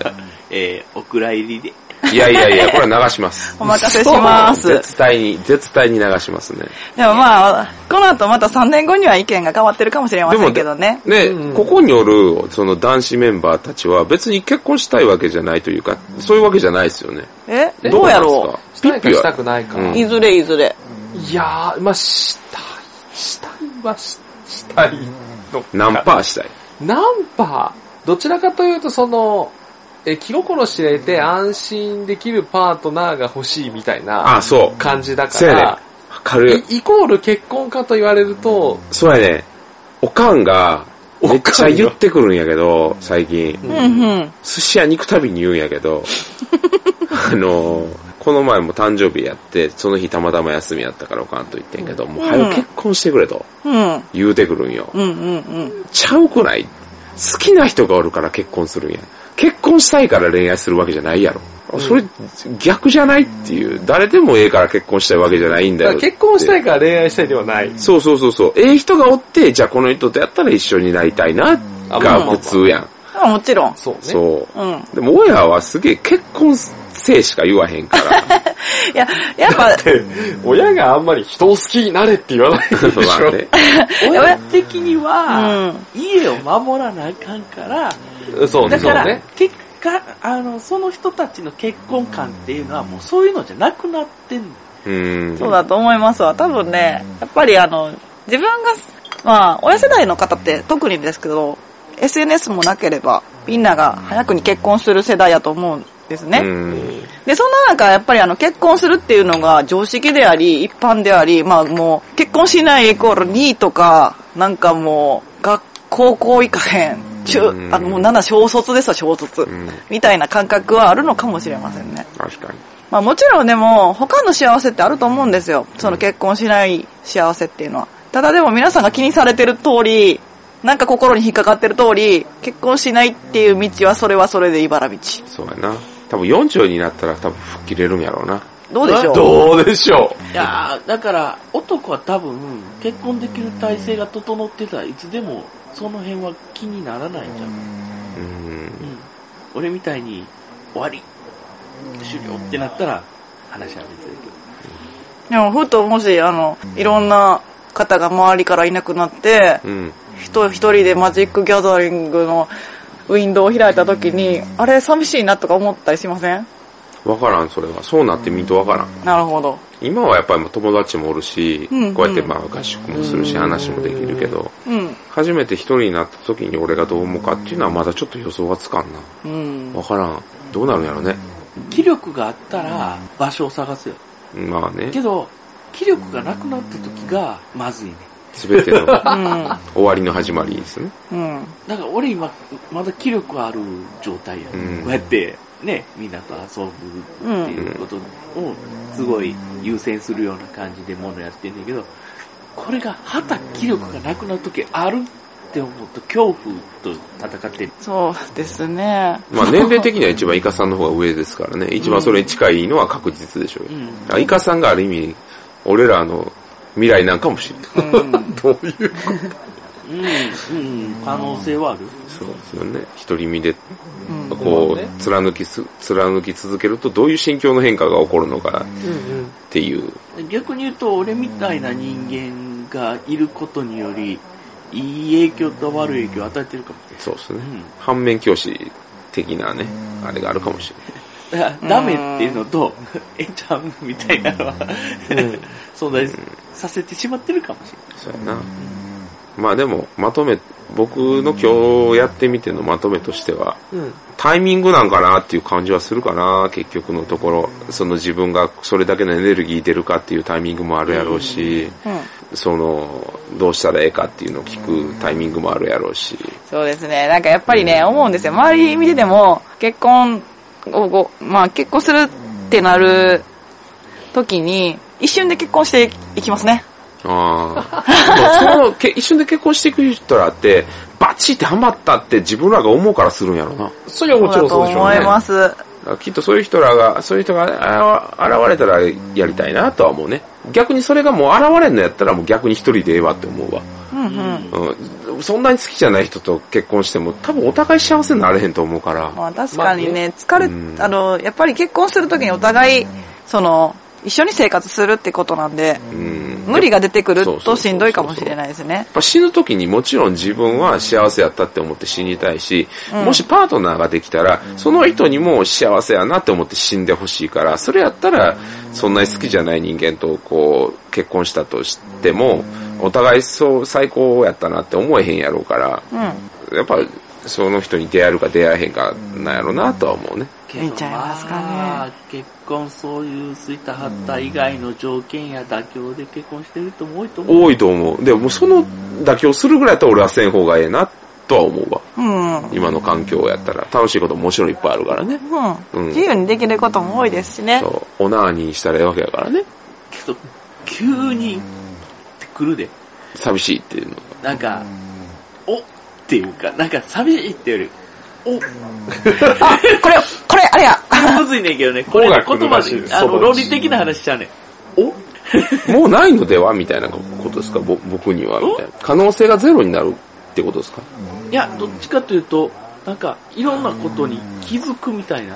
A: えー、お蔵入りで。
B: いやいやいや、これは流します。
C: お任せします。で
B: 絶対に、絶対に流しますね。
C: もまあ、この後また3年後には意見が変わってるかもしれませんけどね。
B: で、
D: うん
B: ここによる、その男子メンバーたちは別に結婚したいわけじゃないというか、そういうわけじゃないですよね。
C: えどうや
B: なん
C: ろ
B: です
D: し
B: か
D: た
B: ピ
D: いか
B: ッピ
D: した
B: は、
D: くないか。
B: うん
C: ういずれいずれ。
D: いやー、まあ、したい、したいはししたいの。
B: 何パーしたい
D: ナンパどちらかというとその、え、気心知れて安心できるパートナーが欲しいみたい
B: あ
D: な
B: そう。
D: 感じだか
B: そうやね
D: ら、。
B: 軽い。
D: イイコール結婚かと言われると、
B: そうやね。おかんが、めっちゃ言ってくるんやけど、最近。
C: うんうん。
B: 寿司屋に行くたびに言うんやけど、あのー、この前も誕生日やって、その日たまたま休みやったからおかんと言ってんけど、もう
C: うん
B: 早く結婚してくれと
C: うん。
B: 言うてくるんよ。
C: うんうんうん。
B: ちゃうくない好きな人がおるから結婚するんや。結婚したいから恋愛するわけじゃないやろ。あそれ逆じゃないっていう。誰でもええから結婚したいわけじゃないんだ
D: だか
B: よ。
D: ら結婚した
B: い。
D: いから恋愛したいではない。
B: そうそうそうそう。ええ人がおって、じゃあこの人とやったら一緒になりたいな、
D: あまあまあま
B: が
D: あ
B: 普通やん。
C: まあもちろん。
D: そうね。
B: そう。
C: うん。
B: でも親はすげえ結婚性しか言わへんから。
C: いや、やっぱ、
D: で親があんまり人を好きになれって言わ *laughs* ないでしょ。
B: *laughs* まあね。
A: 親的には、
C: うん。
A: 家を守らなあかんから、
D: そうね、
A: だ
D: そ
A: か
D: う
A: ら、
D: ね。
A: 結果、あの、その人たちの結婚観っていうのはもうそういうのじゃなくなってんの。
B: うん。
C: そうだと思いますわ。多分ね、やっぱりあの、自分が、まあ、親世代の方って特にですけど、SNS もなければ、みんなが早くに結婚する世代やと思うんですね。
B: うん。
C: で、そんな中、やっぱりあの、結婚するっていうのが常識であり、一般であり、まあもう、結婚しないイコール2とか、なんかもう、学高校行かへん。中、
B: うん
C: あの、もう7小卒ですわ、小卒。
B: うん。
C: みたいな感覚はあるのかもしれませんね。
B: 確かに。
C: まあもちろんでも他の幸せってあると思うんですよ。その結婚しない幸せっていうのは。ただでも皆さんが気にされてる通り、なんか心に引っかかってる通り、結婚しないっていう道はそれはそれで茨道。
B: そうやな。多分40になったら多分吹っ切れるんやろうな。
C: どうでしょう
D: どうでしょ
A: いやーだから、男は多分、結婚できる体制が整ってたらいつでも、その辺は気にならないじゃん。
B: うん。
A: うん。俺みたいに、終わり、終了ってなったら、話は別だけど。
C: でもふともし、あの、いろんな方が周りからいなくなって、
B: うん。
C: 人一人でマジックギャザリングのウィンドウを開いた時に、あれ寂しいなとか思ったりしません
B: わからん、それは。そうなってみんとわからん。
C: なるほど。
B: 今はやっぱりもう友達もおるし、
C: うんうん
B: こうやってまあ合宿もするし、話もできるけど、
C: うん。
B: 初めて一人になった時に俺がどう思うかっていうのはまだちょっと予想がつかんな。
C: うん。
B: わからん。どうなるんやろね。
A: 気力があったら、場所を探すよ。
B: まあね
A: け、ど、気力がなくなった時が、まずいね。
B: すべての
C: うん。
B: 終わりの始まりですね。
C: うん。
A: だから俺今、まだ気力ある状態や、
B: うん
A: こうやって、ね、みんなと遊ぶっていうことを、すごい優先するような感じでものやってんだけど、これが、はた気力がなくなるときあるって思うと、恐怖と戦ってる。
C: そうですね。
B: まあ年齢的には一番イカさんの方が上ですからね。一番それに近いのは確実でしょうよ。
A: ん。
B: あイカさんがある意味、俺らの未来なんかもしれない。
C: うん。
D: う。どういう。
A: うん、うん、可能性はある。
B: そうですよね。独り身で、
C: うん
B: こ
D: まあね
B: う、貫きす、貫き続けるとどういう心境の変化が起こるのかっていう。
A: 逆に言うと、俺みたいな人間がいることにより、いい影響と悪い影響を与えてるかも。
B: そうです
A: う
B: ね。
A: ん。
B: 反面教師的なね、あれがあるかもしれない。
A: だからダメっていうのと、えちゃんみ *laughs* たいなのは、存在させてしまってるかもしれ
B: そうやな。まあでも、まとめ、僕の今日やってみてのまとめとしては、
D: うん。
B: タイミングなんかなっていう感じはするかな、結局のところ。その自分がそれだけのエネルギー出るかっていうタイミングもあるやろうし、
C: うん。
B: その、どうしたらええかっていうのを聞くタイミングもあるやろうし。
C: そうですね。なんかやっぱりね、思うんですよ。周り見てても、結婚をご、まあ結婚するってなる時に、一瞬で結婚していきますね。
B: ああ。でもそのけ一瞬で結婚してくる人らって、バチってハマったって自分らが思うからするんやろな。それはもちろんそうでしょう
C: だ
B: ね。
C: と思います。
B: きっとそういう人らが、そういう人があ現れたらやりたいなとは思うね。逆にそれがもう現れんのやったらもう逆に一人でええわって思うわ。
C: うんうん。
B: うん。そんなに好きじゃない人と結婚しても多分お互い幸せになれへんと思うから。
C: まあ確かにね、疲
B: うん
C: れ、あの、やっぱり結婚するときにお互い、その、一緒に生活するってことなんで、
B: うん。
C: 無理が出てく
B: そ
C: る
B: うそうそう
C: と
B: そう
C: しんどいかもしれないですね
B: やっ。ぱ死ぬ時にもちろん自分は幸せやったって思って死にたいし、
C: うん
B: もしパートナーができたら、その人にも幸せやなって思って死んでほしいから、それやったら、そんなに好きじゃない人間とこう、結婚したとしても、お互いそう、最高やったなって思えへんやろうから、
C: うん。
B: やっぱ、その人に出会えるか出会えへんかなんやろうなとは思うね。
C: 見ちゃいますかね
A: まあ結婚そういうついたはった以外の条件や妥協で結婚してる人も多いと思う。
B: 多いと思う。でももうその妥協するぐらいやったら俺はせん方がええなとは思うわ。
C: うん。うん。
B: 今の環境やったら。楽しいことももちろんいっぱいあるからね。うん
C: 自由にできることも多いですしね。
B: そう、オナーニーしたらええわけやからね。
A: けど、急にってくるで。
B: 寂しいっていうの。
A: なんか、おっていうか、なんか寂しいってより、お
C: あ、これ、これ、あれや。
A: むずいねんけどね、これ
D: こう
A: 言葉
D: が来るらしいで
A: で、
D: す
A: あ
D: そ
A: の、
D: ば
A: 論
D: に
A: 理的な話しちゃうねん。お
B: もうないのではみたいなことですかぼ僕にはみたいな。可能性がゼロになるってことですか
A: いや、どっちかというと、なんか、いろんなことに気づくみたいな。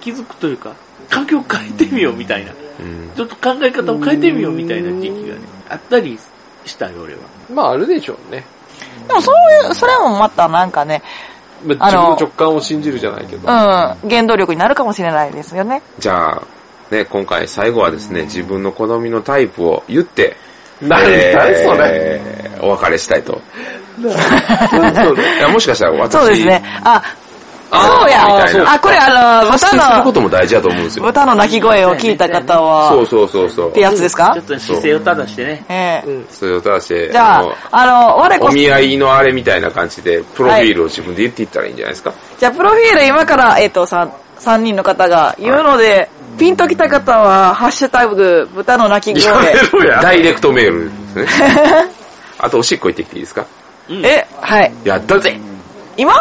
A: 気づくというか、環境を変えてみようみたいな。
B: うん。
A: ちょっと考え方を変えてみようみたいな時期がね、あったりしたよ、俺は。
D: まああるでしょうね。
C: でもそういう、それもまたなんかね、
D: まあ
C: あ
D: 自分
C: の
D: の直感を信じるじゃないけど。
C: うん、原動力になるかもしれないですよね。
B: じゃあ、ね、今回最後はですね、自分の好みのタイプを言って、
D: なんだいそれ。
B: えーお別れしたいと。
D: そうね
B: いや、もしかしたら私、
C: そうですね。あ、
B: あー
C: そうや
B: みたい。な
C: あ、これあの、
B: 発信する
C: 豚
B: こ
C: の、
B: とも大事だと思うんですよ。
C: 豚の鳴き声を聞いた方は、
B: そうそうそうそう
C: って。やつですか
A: ちょっとね姿勢を正してね。
C: ええ
B: それを正して、
C: じゃ
B: あの
C: あ、あの、我こ
B: お
C: そ、
B: 見合いのあれみたいな感じで、プロフィールを自分で言っていったらいいんじゃないですか。
C: じゃあ、プロフィール今から、えっ、と、3、三人の方が言うので、ピンときた方は、ハッシュタグ、豚の鳴き
B: や
C: 声。
B: めろや。ダイレクトメールです
C: *laughs*
B: ね。あと、おしっこ行ってきていいですか
C: え、はい。
B: やったぜ
C: 今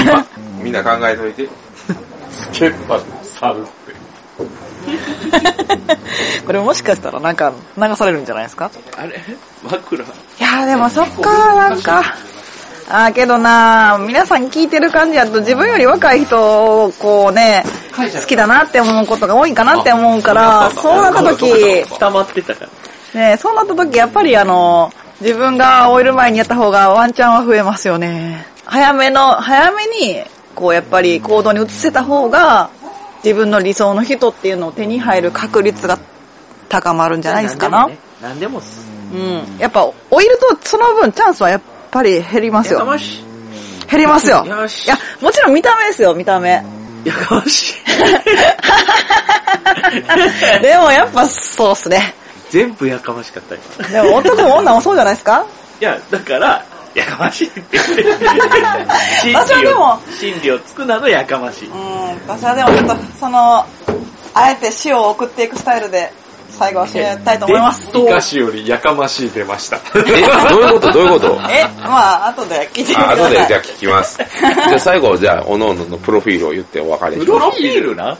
C: *laughs*
B: みんな考えといて。
D: スケッパーの猿って。
C: これもしかしたらなんか、流されるんじゃないですか
A: あれ枕
C: いやーでもそっかーなんか。あーけどなー皆さん聞いてる感じやと自分より若い人をこうね、好きだなって思うことが多いかなって思うから、そうなった時、
A: 溜まってたから。
C: ねそうなった時やっぱりあの、自分が老いる前にやった方がワンチャンは増えますよね。早めの、早めに、こうやっぱり行動に移せた方が、自分の理想の人っていうのを手に入る確率が高まるんじゃないですかな。
A: 何でもね、
C: うん。やっぱ、オイルとその分チャンスはやっぱり減りま
A: 何
C: す
A: でも。やか
C: よ
A: ま。しい。
C: 減りますよ。
A: よし
C: いや、もちろん見た目ですよ、見た目。
A: やかましい。
C: でもやっぱそうっすね。
A: 全部やかましかったよ。
C: でも男も女もそうじゃないですか
A: いや、だから、やかましいって言って。心理を
C: 私はでも
A: 心理をつくなどやかましい。
C: うん、私はでもちょっと、その、あえて死を送っていくスタイルで、最後は締めたいと思います。
A: と
D: 歌詞よりやかましい出ました。
B: え、どういうことどういうこと
C: え、まあ後で聞いてみてくだ
B: あ
C: さい。
B: 後でじゃあ聞き *laughs* ます。じゃあ最後、じゃあ、おのののプロフィールを言ってお別れし
A: プロ
B: ま
A: フ
B: す。
A: ィールな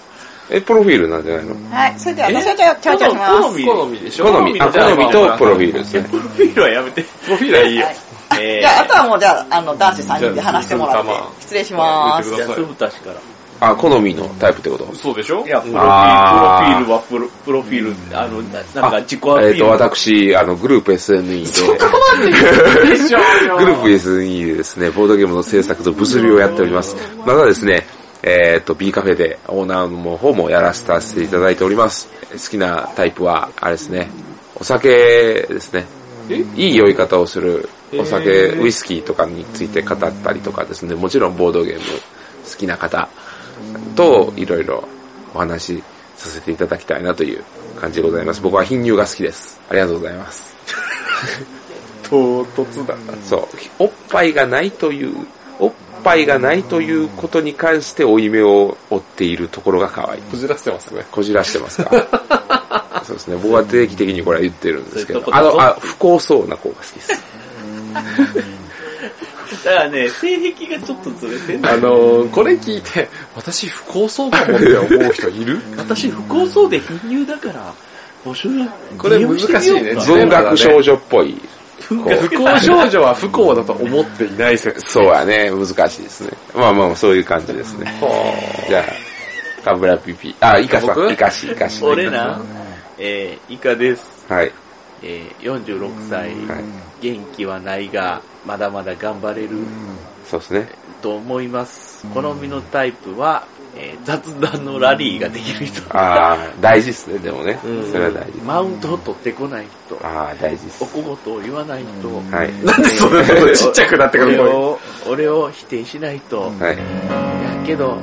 B: え、プロフィールなんじゃないの
C: はい、それでは私はちょ、ちょちょします。
A: 好み
D: 好みでしょ
B: 好み、あ、好みとプロフィールですね
A: プ。ロフィールはやめて。
D: プロフィールはいいよ
C: はい。
A: え
C: じゃあ、あとはもうじゃあ、あの、男子3人で話してもらっ
D: じゃあ
C: て。失礼します
D: 言っ。
A: じゃあ、
D: てくださ
A: す
D: い。
A: ぐ確から。
B: あ、好みのタイプってこと
D: そうでしょ
A: いや、プロフィ
B: あー
A: ール、プロフィールはプロ、プロフィール、あの、ななんか自己アピール。
B: えっと、私、あの、グループ SNE で。グループ SNE でですね、ボードゲームの制作と物流をやっております。またですね、えっ、と、B カフェでオーナーの方もやらせさせていただいております。好きなタイプは、あれですね、お酒ですね。いい酔い方をするお酒、ウイスキーとかについて語ったりとかですね、もちろんボードゲーム好きな方といろいろお話しさせていただきたいなという感じでございます。僕は貧乳が好きです。ありがとうございます。
D: 唐突だな。
B: そう、おっぱいがないという、おっぱいがないということに関して負い目を負っているところが可愛い。
D: こじらせてますね。
B: こじらしてますかそうですね。僕は定期的にこれは言ってるんですけど
A: そういうと、こ
B: あ
A: だぞ
B: の、あ、不幸そうな子が好きです。
A: だからね、性癖がちょっとずれてんだ
D: あ
A: よ
D: のー、これ聞いて、私不幸そうかもって
B: *laughs*
D: 思う人いる
A: 私不幸そうで貧乳だから、募集
D: これ難し
A: DM て
D: いね
A: みようか
D: そう
B: 文学少女っぽい。
A: 文
B: こう
D: 不幸少女は不幸だと思っていない説。
B: そうやね、難しいですね。まあまあ、そういう感じですね。じゃあ、カブラピピ。あ、イカさん、
D: 僕
B: イカシ、イカシ。
A: 俺な、えー、イカです。
B: はい。
A: えー、46歳、
B: はい。
A: 元気はないが、まだまだ頑張れる
B: そうですね。
A: と思います。好みのタイプは、えー雑談のラリーができる人。
B: ああ、大事ですね、でもね。そ
A: うん
B: れは大事。
A: マウントを取ってこない人。
B: ああ、大事です
A: お。小言を言わない人。
B: はい。
D: なんでそんなことちっちゃくなってくる
A: 俺
D: の
A: を、俺を否定しないと。
B: は
A: や
B: い。
A: けど、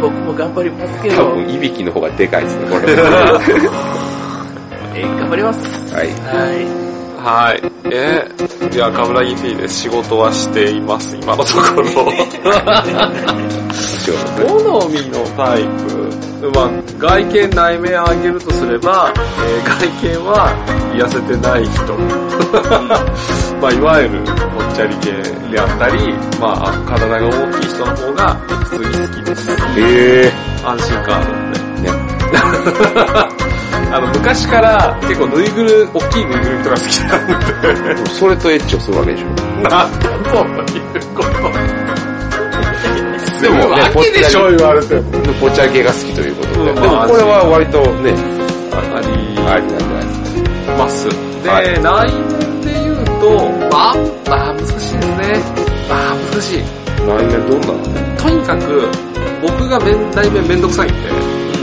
A: 僕も頑張りますけ
B: 多
A: ど、
B: 分、いびきの方がでかいですね、こ
D: *laughs*
B: れ。は
A: えー頑張ります。
B: い。
A: は
D: はい。えー、じゃあ、カムラギ P です。仕事はしています、今のところ。
B: 一応
D: 好みのタイプ。まあ、外見内面を上げるとすれば、えー外見は痩せてない人。 *laughs* まあ、いわゆるぽっちゃり系であったり、まあ、体が大きい人の方が普通に好きです。
B: へえ。
D: 安心感あるんで。
B: ね。
D: あの、昔から結構ぬいぐる、大きいぬいぐるみとか好きなんで。
B: でもそれとエッチをするわけでしょ。
D: なんだということ。
B: でもね、ぽっちゃり、
D: 言われても。
B: ぽっちゃり系が好きということで。
D: う
B: で
D: ん
B: も
D: まあ
B: これは割とね、
D: あり
B: ありなんじゃないですか。
D: ます。で、
B: は
D: 内面で言うと、まあ、まあ難しいですね。まあ難しい。
B: 内面どんなの
D: とにかく、僕が面内面めんどくさいんで、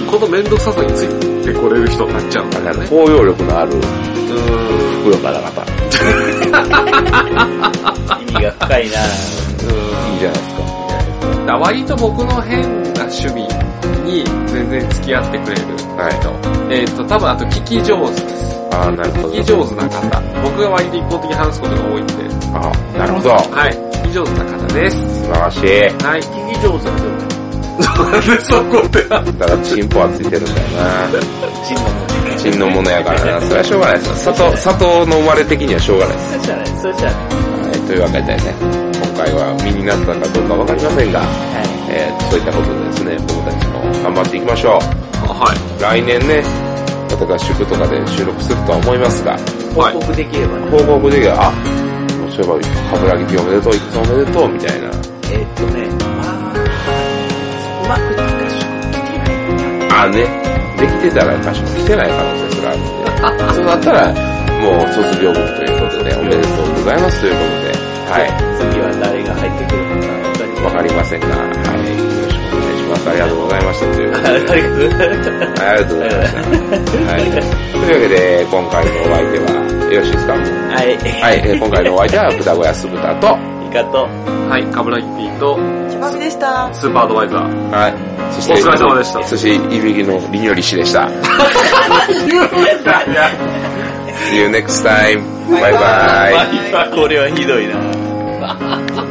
D: このめんどくささについてこれる人になっちゃうんだ
B: あ
D: よ
B: の
D: ね。
B: 包容力のある、
D: うーん。
B: ふくよかな方。
A: い。意味が深いなぁ。
B: いいじゃないですか。
D: だ割と僕の変な趣味に全然付き合ってくれる人。えっ、と、多分あと聞き上手です。
B: ああ、なるほど。
D: 聞き上手な方。僕が割と一方的に話すことが多いんで。
B: ああ、なるほど。素
D: はい。聞き上手な方です。
B: 晴らしい。
D: はい。
A: 聞き上手ですよね。
D: *laughs* なんでそこで
B: だから、チンポはついてるんだよな。
A: チンのもね。
B: チンのものやからな。それはしょうがないです。砂糖、砂糖の生まれ的にはしょうがないです。
A: そうじゃない、そうじゃない。
B: はい、というわけでね、今回は身になったのかどうかわかりませんが、
A: は
B: えー、そういったことでですね、僕たちも頑張っていきましょう。
D: は
B: 来年ね、また合宿とかで収録するとは思いますが、
A: い。報告できればね。
B: 報告できれば、あ、もうそういえば、カブラギピおめでとう、いくつおめでとう、みたいな。
A: えーっとね、まあ、うまく合宿来てないんだ
B: あ、ね、できてたら合宿来てない可能性すらあるんで、そうなったら、もう卒業文ということで、おめでとうございますということで、は
A: 次は誰が入ってくるのか、本当に
B: い、わかりませんが、はい、よろしくお願いします。ありがとうございましたということで。
A: ありがとうございます。
B: ありがとうございました。はい。というわけで、今回のお相手は、よろしいですかは、
A: はい
B: えー今回のお相手は、豚小屋酢豚と、
A: い。イカと、
D: い。はい。カブラギピーと
C: キバビでした。
D: スーパーアドバイザー。
B: はい。そして、
D: お疲れ様でした
B: そして、いびきのりにより氏でした。See you next time. バイバイ。
A: これはひどいな。